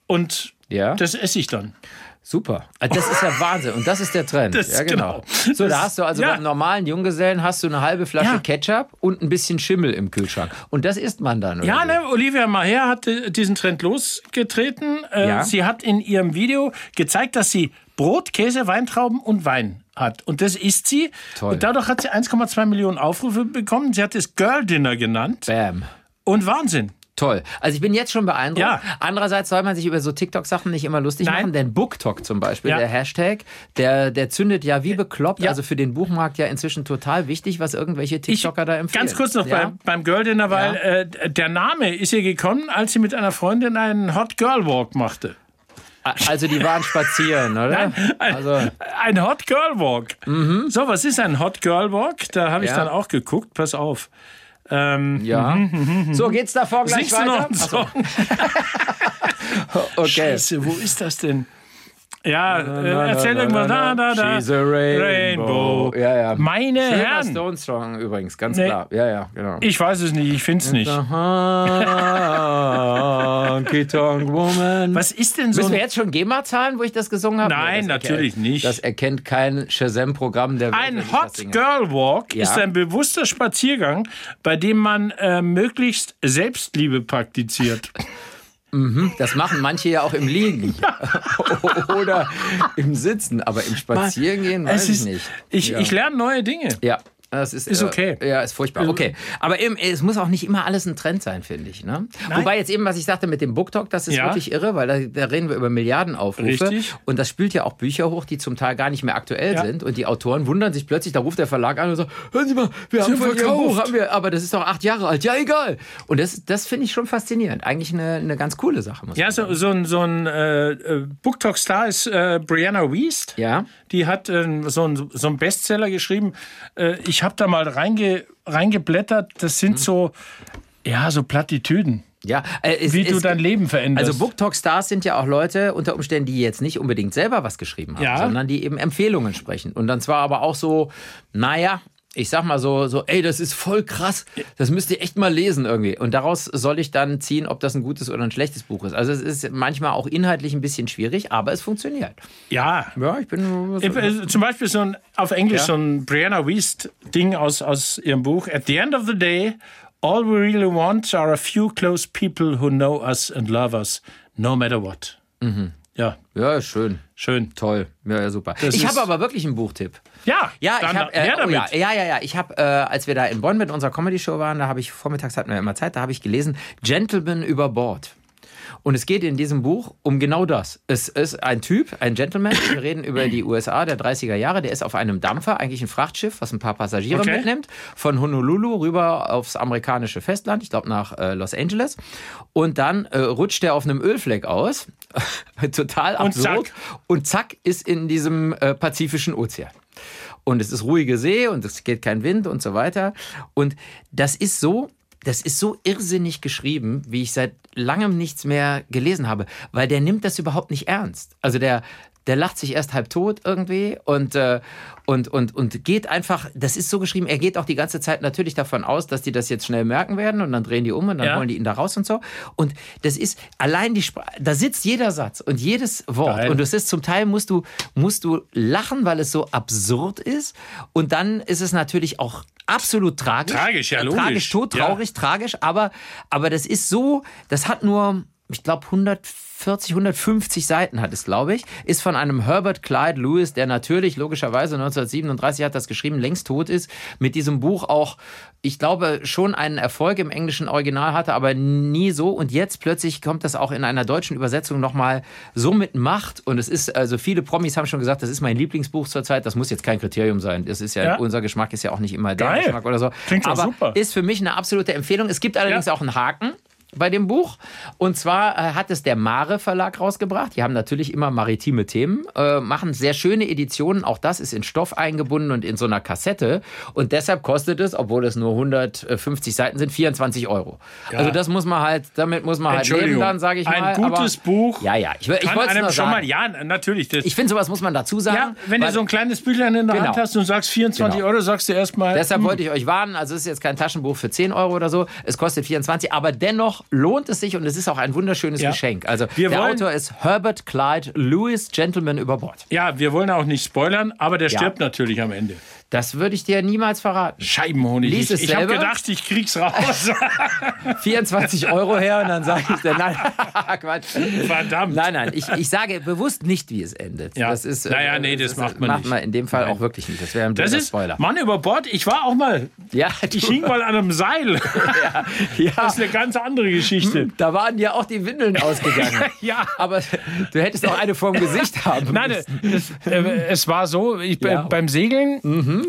Speaker 2: und
Speaker 1: Ja.
Speaker 2: das esse ich dann.
Speaker 1: super. Also Das ist ja Wahnsinn. Und das ist der Trend.
Speaker 2: Das-
Speaker 1: ja, genau.
Speaker 2: genau.
Speaker 1: So, da
Speaker 2: Das-
Speaker 1: hast du also
Speaker 2: ja.
Speaker 1: beim normalen Junggesellen hast du eine halbe Flasche
Speaker 2: Ja.
Speaker 1: Ketchup und ein bisschen Schimmel im Kühlschrank. Und das isst man dann. Oder
Speaker 2: Ja,
Speaker 1: wie?
Speaker 2: ne, Olivia Maher hat äh, diesen Trend losgetreten. Äh,
Speaker 1: Ja.
Speaker 2: Sie hat in ihrem Video gezeigt, dass sie Brot, Käse, Weintrauben und Wein hat. Und das isst sie.
Speaker 1: Toll.
Speaker 2: Und dadurch hat sie 1,2 Millionen Aufrufe bekommen. Sie hat es Girl Dinner genannt.
Speaker 1: Bam.
Speaker 2: Und Wahnsinn.
Speaker 1: Toll. Also ich bin jetzt schon beeindruckt.
Speaker 2: Ja.
Speaker 1: Andererseits soll man sich über so TikTok-Sachen nicht immer lustig
Speaker 2: Nein.
Speaker 1: machen, denn BookTok zum Beispiel,
Speaker 2: Ja. Äh,
Speaker 1: der Hashtag, der, der zündet ja wie bekloppt. Also für den Buchmarkt ja inzwischen total wichtig, was irgendwelche TikToker da empfehlen.
Speaker 2: Ganz kurz noch
Speaker 1: ja?
Speaker 2: beim, beim Girl Dinner, weil äh, der Name ist ihr gekommen, als sie mit einer Freundin einen Hot Girl Walk machte.
Speaker 1: A- Also die waren spazieren, oder?
Speaker 2: Ein,
Speaker 1: Also
Speaker 2: ein Hot Girl Walk. So, was ist ein Hot Girl Walk? Da habe ich
Speaker 1: Mhm. Ja.
Speaker 2: dann auch geguckt. Pass auf. Ähm,
Speaker 1: ja. So geht's davor gleich
Speaker 2: Singst du noch
Speaker 1: weiter.
Speaker 2: einen Song?
Speaker 1: Okay.
Speaker 2: Scheiße, wo ist das denn? Ja, äh, erzähl irgendwas. Da, da, da.
Speaker 1: She's a rainbow.
Speaker 2: Rainbow.
Speaker 1: Ja, ja.
Speaker 2: Meine
Speaker 1: Schöner
Speaker 2: Herren.
Speaker 1: Stone-Song übrigens, ganz
Speaker 2: Nee.
Speaker 1: klar. Ja, ja, genau.
Speaker 2: Ich weiß es nicht, ich finde es nicht.
Speaker 1: Honky Tonk Woman.
Speaker 2: Was ist denn so
Speaker 1: Müssen wir
Speaker 2: ein,
Speaker 1: jetzt schon GEMA zahlen, wo ich das gesungen habe?
Speaker 2: Nein,
Speaker 1: das erkennt-
Speaker 2: natürlich nicht.
Speaker 1: Das erkennt kein Shazam-Programm der Welt. wenn
Speaker 2: ein
Speaker 1: ich das
Speaker 2: Hot
Speaker 1: singe.
Speaker 2: Girl Walk
Speaker 1: Ja.
Speaker 2: ist ein bewusster Spaziergang, bei dem man äh, möglichst Selbstliebe praktiziert.
Speaker 1: Das machen manche ja auch im Liegen oder im Sitzen, aber im Spazierengehen weiß ich nicht.
Speaker 2: Ich,
Speaker 1: ja.
Speaker 2: ich lerne neue Dinge.
Speaker 1: ja. Das ist,
Speaker 2: Ist
Speaker 1: äh,
Speaker 2: okay.
Speaker 1: Ja, ist furchtbar. Okay. Aber eben, es muss auch nicht immer alles ein Trend sein, finde ich. Ne? Wobei jetzt eben, was ich sagte mit dem Booktalk, das ist
Speaker 2: Ja.
Speaker 1: wirklich irre, weil da, da reden wir über Milliardenaufrufe.
Speaker 2: Richtig.
Speaker 1: Und das spült ja auch Bücher hoch, die zum Teil gar nicht mehr aktuell
Speaker 2: Ja.
Speaker 1: sind. Und die Autoren wundern sich plötzlich, da ruft der Verlag an und sagt, hören Sie mal, wir haben von Ihrem
Speaker 2: verkauft.
Speaker 1: Buch, haben wir, aber das ist doch acht Jahre alt. Ja, egal. Und das, das finde ich schon faszinierend. Eigentlich eine, eine ganz coole Sache, muss
Speaker 2: Ja, so, so ein, so ein äh, äh, Booktalk-Star ist äh, Brianna Wiest.
Speaker 1: Ja.
Speaker 2: Die hat ähm, so einen so einen Bestseller geschrieben. Äh, ich habe da mal reinge, reingeblättert. Das
Speaker 1: Mhm.
Speaker 2: sind so, ja, so Plattitüden,
Speaker 1: Ja, äh, es,
Speaker 2: wie du
Speaker 1: es,
Speaker 2: dein Leben veränderst.
Speaker 1: Also Booktalk-Stars sind ja auch Leute unter Umständen, die jetzt nicht unbedingt selber was geschrieben haben,
Speaker 2: Ja.
Speaker 1: sondern die eben Empfehlungen sprechen. Und dann zwar aber auch so, naja, ich sag mal so, so, ey, das ist voll krass, das müsst ihr echt mal lesen irgendwie. Und daraus soll ich dann ziehen, ob das ein gutes oder ein schlechtes Buch ist. Also es ist manchmal auch inhaltlich ein bisschen schwierig, aber es funktioniert.
Speaker 2: ja.
Speaker 1: Ja, ich bin...
Speaker 2: Ich- äh, Zum Beispiel so ein, auf Englisch so ein Brianna Wiest-Ding aus, aus ihrem Buch. At the end of the day, all we really want are a few close people who know us and love us, no matter what.
Speaker 1: Mhm.
Speaker 2: Ja,
Speaker 1: Ja, ist schön.
Speaker 2: schön.
Speaker 1: Toll. Ja, ja super. ich
Speaker 2: ist-
Speaker 1: habe aber wirklich einen Buchtipp.
Speaker 2: Ja,
Speaker 1: Ja,
Speaker 2: dann
Speaker 1: ich habe
Speaker 2: her
Speaker 1: äh, oh,
Speaker 2: damit.
Speaker 1: ja, ja, ja, ja, ich habe äh, als wir da in Bonn mit unserer Comedy Show waren, da habe ich vormittags hatten wir immer Zeit, da habe ich gelesen Gentleman über Bord. Und es geht in diesem Buch um genau das. Es ist ein Typ, ein Gentleman, wir reden über die USA der 30er Jahre, der ist auf einem Dampfer, eigentlich ein Frachtschiff, was ein paar Passagiere
Speaker 2: Okay.
Speaker 1: mitnimmt, von Honolulu rüber aufs amerikanische Festland, ich glaube nach äh, Los Angeles. Und dann äh, rutscht er auf einem Ölfleck aus, total absurd.
Speaker 2: zack.
Speaker 1: Und zack ist in diesem äh, Pazifischen Ozean. Und es ist ruhige See und es geht kein Wind und so weiter. Und das ist so, das ist so irrsinnig geschrieben, wie ich seit langem nichts mehr gelesen habe, weil der nimmt das überhaupt nicht ernst. Also der, der lacht sich erst halb tot irgendwie und, äh, und, und, und geht einfach, das ist so geschrieben, er geht auch die ganze Zeit natürlich davon aus, dass die das jetzt schnell merken werden und dann drehen die um und dann
Speaker 2: Ja.
Speaker 1: holen die ihn da raus und so. Und das ist allein die Sprache, da sitzt jeder Satz und jedes Wort
Speaker 2: Geil.
Speaker 1: und das ist zum Teil musst du, musst du lachen, weil es so absurd ist. Und dann ist es natürlich auch absolut tragisch.
Speaker 2: Tragisch, ja,
Speaker 1: Äh,
Speaker 2: logisch.
Speaker 1: Tragisch, tot,
Speaker 2: Ja.
Speaker 1: traurig, tragisch. Aber, aber das ist so, das hat nur, ich glaube, 140, 150 Seiten hat es, glaube ich. Ist von einem Herbert Clyde Lewis, der natürlich logischerweise 1937 hat das geschrieben, längst tot ist. Mit diesem Buch auch, ich glaube, schon einen Erfolg im englischen Original hatte, aber nie so. Und jetzt plötzlich kommt das auch in einer deutschen Übersetzung nochmal so mit Macht. Und es ist, also viele Promis haben schon gesagt, das ist mein Lieblingsbuch zurzeit. Das muss jetzt kein Kriterium sein. Das ist ja,
Speaker 2: Ja.
Speaker 1: unser Geschmack ist ja auch nicht immer der
Speaker 2: Geil.
Speaker 1: Geschmack oder so.
Speaker 2: Klingt doch
Speaker 1: aber
Speaker 2: super.
Speaker 1: ist für mich eine absolute Empfehlung. Es gibt allerdings
Speaker 2: Ja.
Speaker 1: auch einen Haken bei dem Buch. Und zwar äh, hat es der Mare Verlag rausgebracht. Die haben natürlich immer maritime Themen, äh, machen sehr schöne Editionen. Auch das ist in Stoff eingebunden und in so einer Kassette. Und deshalb kostet es, obwohl es nur 150 Seiten sind, 24 Euro. Also das muss man halt, damit muss man halt leben
Speaker 2: Entschuldigung.
Speaker 1: dann, sage ich
Speaker 2: Ein
Speaker 1: mal.
Speaker 2: gutes Buch
Speaker 1: Ja, ja. Ich, will- ich
Speaker 2: Kann
Speaker 1: wollte es
Speaker 2: einem
Speaker 1: nur
Speaker 2: schon
Speaker 1: sagen.
Speaker 2: mal, ja, natürlich. Das,
Speaker 1: Ich finde, sowas muss man dazu sagen.
Speaker 2: ja, wenn du
Speaker 1: weil-
Speaker 2: so ein kleines Büchlein in der
Speaker 1: Genau.
Speaker 2: Hand hast und sagst 24
Speaker 1: Genau.
Speaker 2: Euro, sagst du erstmal.
Speaker 1: Deshalb wollte ich euch warnen, also es ist jetzt kein Taschenbuch für 10 Euro oder so, es kostet 24, aber dennoch lohnt es sich und es ist auch ein wunderschönes
Speaker 2: Ja.
Speaker 1: Geschenk. Also
Speaker 2: Wir
Speaker 1: der
Speaker 2: wollen-
Speaker 1: Autor ist Herbert Clyde Lewis, Gentleman über Bord.
Speaker 2: ja, wir wollen auch nicht spoilern, aber der
Speaker 1: Ja.
Speaker 2: stirbt natürlich am Ende.
Speaker 1: Das würde ich dir niemals verraten.
Speaker 2: Scheibenhonig.
Speaker 1: Lies es
Speaker 2: ich ich habe
Speaker 1: selber.
Speaker 2: gedacht, ich krieg's raus.
Speaker 1: 24 Euro her und dann sage ich dir, nein, Quatsch.
Speaker 2: Verdammt.
Speaker 1: Nein, nein, ich, ich sage bewusst nicht, wie es endet.
Speaker 2: Ja.
Speaker 1: Das ist, äh,
Speaker 2: Naja, nee, das macht man
Speaker 1: macht
Speaker 2: nicht.
Speaker 1: man in dem Fall auch wirklich nicht. Das wäre ein
Speaker 2: Das
Speaker 1: blöder
Speaker 2: ist
Speaker 1: Spoiler.
Speaker 2: Mann über Bord. Ich war auch mal.
Speaker 1: Ja,
Speaker 2: Ich
Speaker 1: du-
Speaker 2: hing mal an einem Seil.
Speaker 1: ja.
Speaker 2: Das ist eine ganz andere Geschichte.
Speaker 1: Da waren ja auch die Windeln ausgegangen.
Speaker 2: Ja.
Speaker 1: Aber du hättest auch eine vorm Gesicht haben
Speaker 2: Nein,
Speaker 1: müssen.
Speaker 2: es, äh, es war so, ich, be-
Speaker 1: Mhm. Ja. Mhm.
Speaker 2: beim Segeln,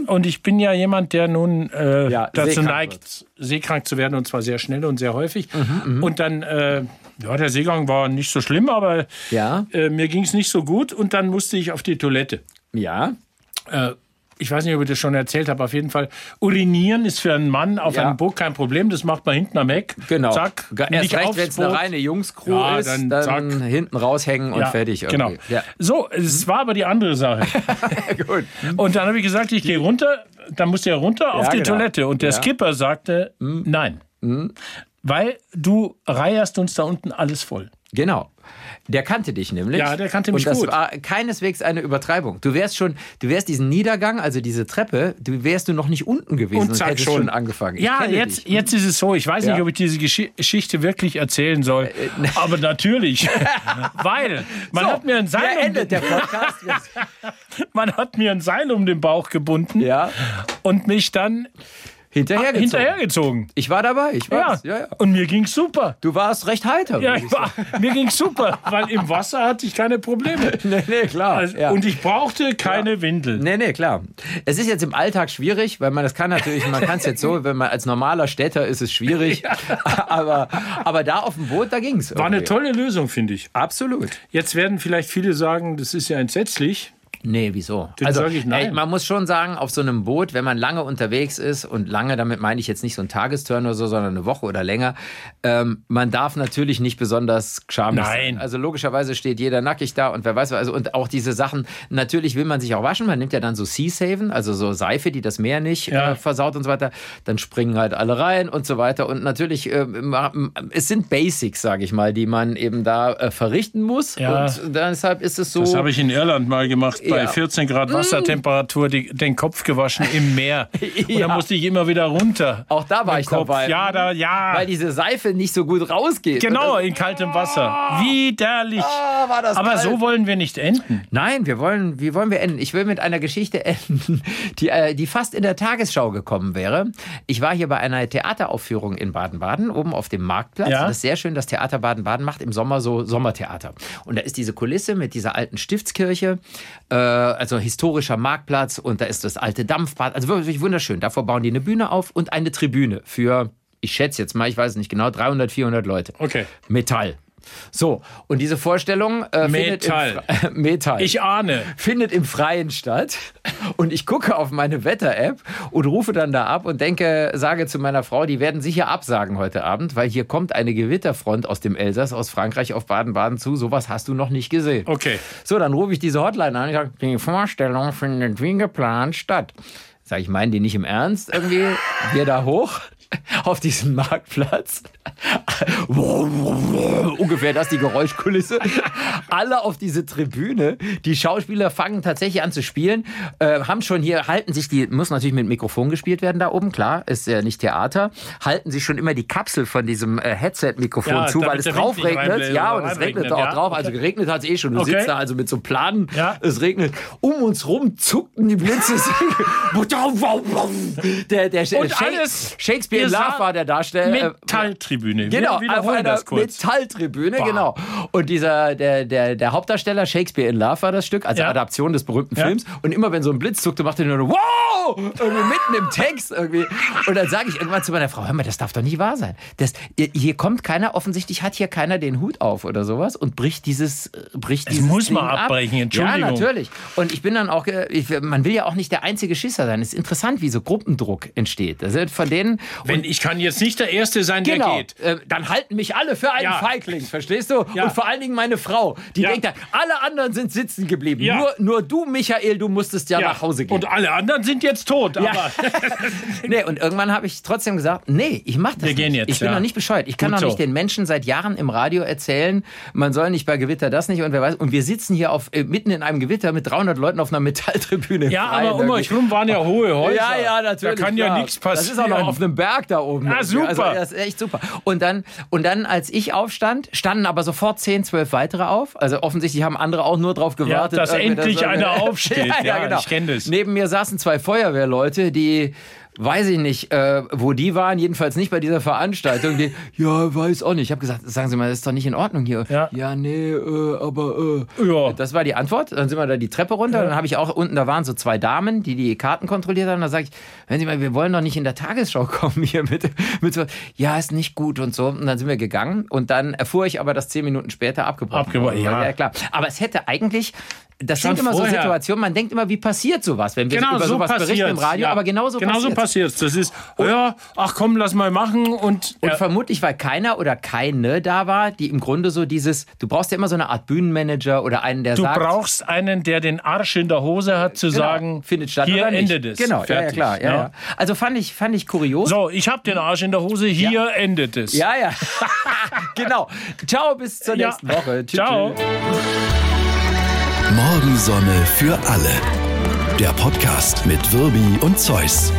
Speaker 2: und ich bin ja jemand, der nun äh,
Speaker 1: Ja,
Speaker 2: dazu
Speaker 1: seekrank
Speaker 2: neigt, seekrank zu werden, und zwar sehr schnell und sehr häufig.
Speaker 1: Mhm,
Speaker 2: Und dann, äh, ja, der Seegang war nicht so schlimm, aber
Speaker 1: Ja.
Speaker 2: äh, mir ging es nicht so gut, und dann musste ich auf die Toilette.
Speaker 1: Ja.
Speaker 2: Äh, ich weiß nicht, ob ich das schon erzählt habe, auf jeden Fall, urinieren ist für einen Mann auf
Speaker 1: Ja.
Speaker 2: einem Boot kein Problem, das macht man hinten am Heck.
Speaker 1: Genau.
Speaker 2: Zack,
Speaker 1: Ga- Erst
Speaker 2: nicht
Speaker 1: recht,
Speaker 2: aufs
Speaker 1: wenn es eine
Speaker 2: Boot.
Speaker 1: reine Jungscrew
Speaker 2: Ja,
Speaker 1: ist, dann,
Speaker 2: dann zack.
Speaker 1: hinten raushängen und
Speaker 2: Ja,
Speaker 1: fertig. irgendwie.
Speaker 2: Genau.
Speaker 1: Ja.
Speaker 2: So, es war aber die andere Sache.
Speaker 1: Gut.
Speaker 2: Und dann habe ich gesagt, ich gehe runter, dann musst du ja runter auf die
Speaker 1: genau.
Speaker 2: Toilette. Und der
Speaker 1: Ja. Mm.
Speaker 2: Skipper sagte, nein. Weil du reierst uns da unten alles voll.
Speaker 1: Genau. Der kannte dich nämlich.
Speaker 2: Ja, der kannte mich
Speaker 1: und das
Speaker 2: gut.
Speaker 1: war keineswegs eine Übertreibung. Du wärst schon, du wärst diesen Niedergang, also diese Treppe, du wärst du noch nicht unten gewesen
Speaker 2: Und zack
Speaker 1: hättest
Speaker 2: schon.
Speaker 1: schon angefangen. Ich
Speaker 2: Ja,
Speaker 1: kenne
Speaker 2: jetzt,
Speaker 1: dich.
Speaker 2: jetzt ist es so. Ich weiß
Speaker 1: Ja. Äh, ne.
Speaker 2: nicht, ob ich diese Gesch- Geschichte wirklich erzählen soll. aber natürlich. Weil man,
Speaker 1: So,
Speaker 2: hat mir ein Seil
Speaker 1: der
Speaker 2: um
Speaker 1: endet
Speaker 2: den,
Speaker 1: der Podcast. jetzt.
Speaker 2: man hat mir ein Seil um den Bauch gebunden
Speaker 1: ja,
Speaker 2: und mich dann
Speaker 1: hinterhergezogen.
Speaker 2: hinterhergezogen.
Speaker 1: Ich war dabei, ich
Speaker 2: Ja.
Speaker 1: weiß. Ja. Ja,
Speaker 2: Und mir ging's super.
Speaker 1: Du warst recht heiter.
Speaker 2: Ja,
Speaker 1: würde
Speaker 2: ich
Speaker 1: ich sagen.
Speaker 2: war, mir ging's super, weil im Wasser hatte ich keine Probleme.
Speaker 1: Nee, nee, klar.
Speaker 2: Also,
Speaker 1: ja.
Speaker 2: Und ich brauchte keine Windel.
Speaker 1: Nee, nee, klar. Es ist jetzt im Alltag schwierig, weil man das kann natürlich, man kann es jetzt so, wenn man als normaler Städter ist es schwierig, aber, aber da auf dem Boot, da ging es.
Speaker 2: War eine tolle Lösung, finde ich.
Speaker 1: Absolut.
Speaker 2: Jetzt werden vielleicht viele sagen, das ist ja entsetzlich.
Speaker 1: Nee, wieso? Also,
Speaker 2: Dann sag ich nein.
Speaker 1: Ey, man muss schon sagen, auf so einem Boot, wenn man lange unterwegs ist und lange, damit meine ich jetzt nicht so ein Tagesturn oder so, sondern eine Woche oder länger, ähm, man darf natürlich nicht besonders schamlos sein.
Speaker 2: Nein.
Speaker 1: Also logischerweise steht jeder nackig da und wer weiß, was. also und auch diese Sachen, natürlich will man sich auch waschen, man nimmt ja dann so Sea Saven, also so Seife, die das Meer nicht
Speaker 2: Ja.
Speaker 1: äh, versaut und so weiter, dann springen halt alle rein und so weiter und natürlich, äh, ma- es sind Basics, sage ich mal, die man eben da äh, verrichten muss
Speaker 2: Ja.
Speaker 1: und deshalb ist es so.
Speaker 2: Das habe ich in Irland mal gemacht, bei
Speaker 1: Ja. Mm.
Speaker 2: 14 Grad Wassertemperatur die, den Kopf gewaschen im Meer. Und dann musste ich immer wieder runter.
Speaker 1: Auch da war ich
Speaker 2: Kopf.
Speaker 1: dabei.
Speaker 2: Ja, da, ja.
Speaker 1: Weil diese Seife nicht so gut rausgeht.
Speaker 2: Ah. genau,
Speaker 1: Und
Speaker 2: in kaltem Wasser. Widerlich.
Speaker 1: Ah, war das
Speaker 2: Aber
Speaker 1: kalt.
Speaker 2: so wollen wir nicht enden.
Speaker 1: Das, nein, wir wollen, wie wollen wir enden? Ich will mit einer Geschichte enden, die, äh, die fast in der Tagesschau gekommen wäre. Ich war hier bei einer Theateraufführung in Baden-Baden, oben auf dem Marktplatz.
Speaker 2: Ja.
Speaker 1: Das ist sehr schön, das Theater Baden-Baden macht im Sommer so Sommertheater. Und da ist diese Kulisse mit dieser alten Stiftskirche, äh, also historischer Marktplatz und da ist das alte Dampfbad. Also wirklich wunderschön. Davor bauen die eine Bühne auf und eine Tribüne für, ich schätze jetzt mal, ich weiß es nicht genau, 300, 400 Leute.
Speaker 2: Okay.
Speaker 1: Metall. So, und diese Vorstellung äh, findet, im
Speaker 2: Metall.
Speaker 1: Fre- Metall.
Speaker 2: Ich ahne.
Speaker 1: findet im Freien statt. Und ich gucke auf meine Wetter-App und rufe dann da ab und denke, sage zu meiner Frau, die werden sicher absagen heute Abend, weil hier kommt eine Gewitterfront aus dem Elsass, aus Frankreich auf Baden-Baden zu. Sowas hast du noch nicht gesehen.
Speaker 2: Okay.
Speaker 1: So, dann rufe ich diese Hotline an und sage, die Vorstellung findet wie geplant statt. Sag ich, meinen die nicht im Ernst irgendwie? Wir da hoch auf diesen Marktplatz. Ungefähr das die Geräuschkulisse. Alle auf diese Tribüne. Die Schauspieler fangen tatsächlich an zu spielen. Äh, haben schon hier, halten sich die, muss natürlich mit Mikrofon gespielt werden da oben, klar, ist ja nicht Theater. Halten sich schon immer die Kapsel von diesem äh, Headset-Mikrofon
Speaker 2: Ja,
Speaker 1: zu, weil
Speaker 2: damit
Speaker 1: es
Speaker 2: der Wind
Speaker 1: drauf
Speaker 2: nicht
Speaker 1: regnet.
Speaker 2: reinbläst
Speaker 1: Ja,
Speaker 2: oder
Speaker 1: und es
Speaker 2: reinregnet,
Speaker 1: regnet auch
Speaker 2: ja.
Speaker 1: drauf. Also geregnet hat es eh schon. Du
Speaker 2: Okay.
Speaker 1: sitzt da also mit so einem Planen.
Speaker 2: Ja.
Speaker 1: Es regnet. Um uns rum zuckten die Blitze. der der Sha-
Speaker 2: Und
Speaker 1: Sha-
Speaker 2: alles-
Speaker 1: Shakespeare
Speaker 2: ihr
Speaker 1: in Love
Speaker 2: sah-
Speaker 1: war der Darsteller. äh,
Speaker 2: Metalltribüne. Wir
Speaker 1: Genau, auf
Speaker 2: wiederholen
Speaker 1: einer
Speaker 2: das kurz.
Speaker 1: Metalltribüne, genau. Und dieser, der, der, der Hauptdarsteller, Shakespeare in Love war das Stück, also
Speaker 2: Ja.
Speaker 1: Adaption des berühmten
Speaker 2: Ja.
Speaker 1: Films. Und immer wenn so ein Blitz zuckte, machte er nur, wow! Irgendwie mitten im Text irgendwie. Und dann sage ich irgendwann zu meiner Frau, hör mal, das darf doch nicht wahr sein. Das, hier kommt keiner, offensichtlich hat hier keiner den Hut auf oder sowas und bricht dieses, äh, bricht dieses
Speaker 2: muss
Speaker 1: Ding
Speaker 2: man abbrechen,
Speaker 1: ab.
Speaker 2: Entschuldigung.
Speaker 1: Ja, natürlich. Und ich bin dann auch, äh, ich, man will ja auch nicht der einzige Schisser sein. Es ist interessant, wie so Gruppendruck entsteht. Das sind von denen,
Speaker 2: Wenn, ich kann jetzt nicht der Erste sein,
Speaker 1: Genau.
Speaker 2: der geht.
Speaker 1: Äh, dann halten mich alle für einen
Speaker 2: Ja.
Speaker 1: Feigling, verstehst du?
Speaker 2: Ja.
Speaker 1: Und vor allen Dingen meine Frau, die
Speaker 2: Ja.
Speaker 1: denkt dann, alle anderen sind sitzen geblieben.
Speaker 2: Ja.
Speaker 1: Nur, nur du, Michael, du musstest ja, nach Hause gehen.
Speaker 2: Und alle anderen sind jetzt tot.
Speaker 1: Ja.
Speaker 2: Aber
Speaker 1: nee, und irgendwann habe ich trotzdem gesagt, nee, ich mache das
Speaker 2: Wir gehen
Speaker 1: nicht.
Speaker 2: jetzt,
Speaker 1: ich bin
Speaker 2: ja.
Speaker 1: noch nicht bescheuert. Ich kann
Speaker 2: Gut
Speaker 1: doch nicht
Speaker 2: so.
Speaker 1: den Menschen seit Jahren im Radio erzählen, man soll nicht bei Gewitter das nicht und wer weiß. Und wir sitzen hier auf, äh, mitten in einem Gewitter mit 300 Leuten auf einer Metalltribüne. im
Speaker 2: Ja,
Speaker 1: Freien
Speaker 2: aber um
Speaker 1: irgendwie.
Speaker 2: euch rum waren ja hohe Häuser.
Speaker 1: Ja, ja, natürlich.
Speaker 2: Da kann ja
Speaker 1: klar.
Speaker 2: nichts passieren.
Speaker 1: Das ist auch noch auf einem Berg da oben.
Speaker 2: Ah, super.
Speaker 1: Also, das ist echt super. Und dann, und dann, als ich aufstand, standen aber sofort 10, 12 weitere auf. Also offensichtlich haben andere auch nur drauf gewartet.
Speaker 2: dass
Speaker 1: irgendwie,
Speaker 2: endlich
Speaker 1: irgendwie-
Speaker 2: einer aufsteht. Ja, ich kenn das.
Speaker 1: genau. Neben mir saßen zwei Feuerwehrleute, die Weiß ich nicht, äh, wo die waren, jedenfalls nicht bei dieser Veranstaltung. Die, ja, weiß auch nicht. Ich habe gesagt, sagen Sie mal, das ist doch nicht in Ordnung hier.
Speaker 2: Ja.
Speaker 1: nee, äh, aber äh.
Speaker 2: Ja.
Speaker 1: Das war die Antwort. Dann sind wir da die Treppe runter. Dann habe ich auch unten, da waren so zwei Damen, die die Karten kontrolliert haben. Da sage ich, wenn Sie mal, wir wollen doch nicht in der Tagesschau kommen hier mit, mit so, ja, ist nicht gut und so. Und dann sind wir gegangen. Und dann erfuhr ich aber, dass zehn Minuten später abgebrochen
Speaker 2: Abgebrochen,
Speaker 1: wurde.
Speaker 2: ja.
Speaker 1: ja, klar. Aber es hätte eigentlich, das
Speaker 2: Schon
Speaker 1: sind immer so
Speaker 2: vorher.
Speaker 1: Situationen, man denkt immer, wie passiert sowas, wenn wir
Speaker 2: Genau
Speaker 1: über
Speaker 2: so
Speaker 1: sowas
Speaker 2: passiert.
Speaker 1: berichten im Radio, aber genau so
Speaker 2: genau so
Speaker 1: passiert
Speaker 2: passiert. Das ist, oh ja, ach komm, lass mal machen und, äh,
Speaker 1: Und
Speaker 2: ja,
Speaker 1: vermutlich, weil keiner oder keine da war, die im Grunde so dieses, du brauchst ja immer so eine Art Bühnenmanager oder einen, der
Speaker 2: du
Speaker 1: sagt,
Speaker 2: brauchst einen, der den Arsch in der Hose hat, zu
Speaker 1: genau,
Speaker 2: sagen,
Speaker 1: findet statt
Speaker 2: hier
Speaker 1: oder nicht.
Speaker 2: endet es.
Speaker 1: Genau, ja, ja
Speaker 2: Fertig,
Speaker 1: klar. Ja,
Speaker 2: ne?
Speaker 1: ja. Also fand ich, fand ich kurios.
Speaker 2: So, ich habe den Arsch in der Hose, hier endet es.
Speaker 1: Ja, ja. genau. Ciao, bis zur
Speaker 2: Ja.
Speaker 1: nächsten Woche. Tschüss,
Speaker 2: Ciao.
Speaker 1: tschüss.
Speaker 3: Morgensonne für alle. Der Podcast mit Wirbi und Zeus.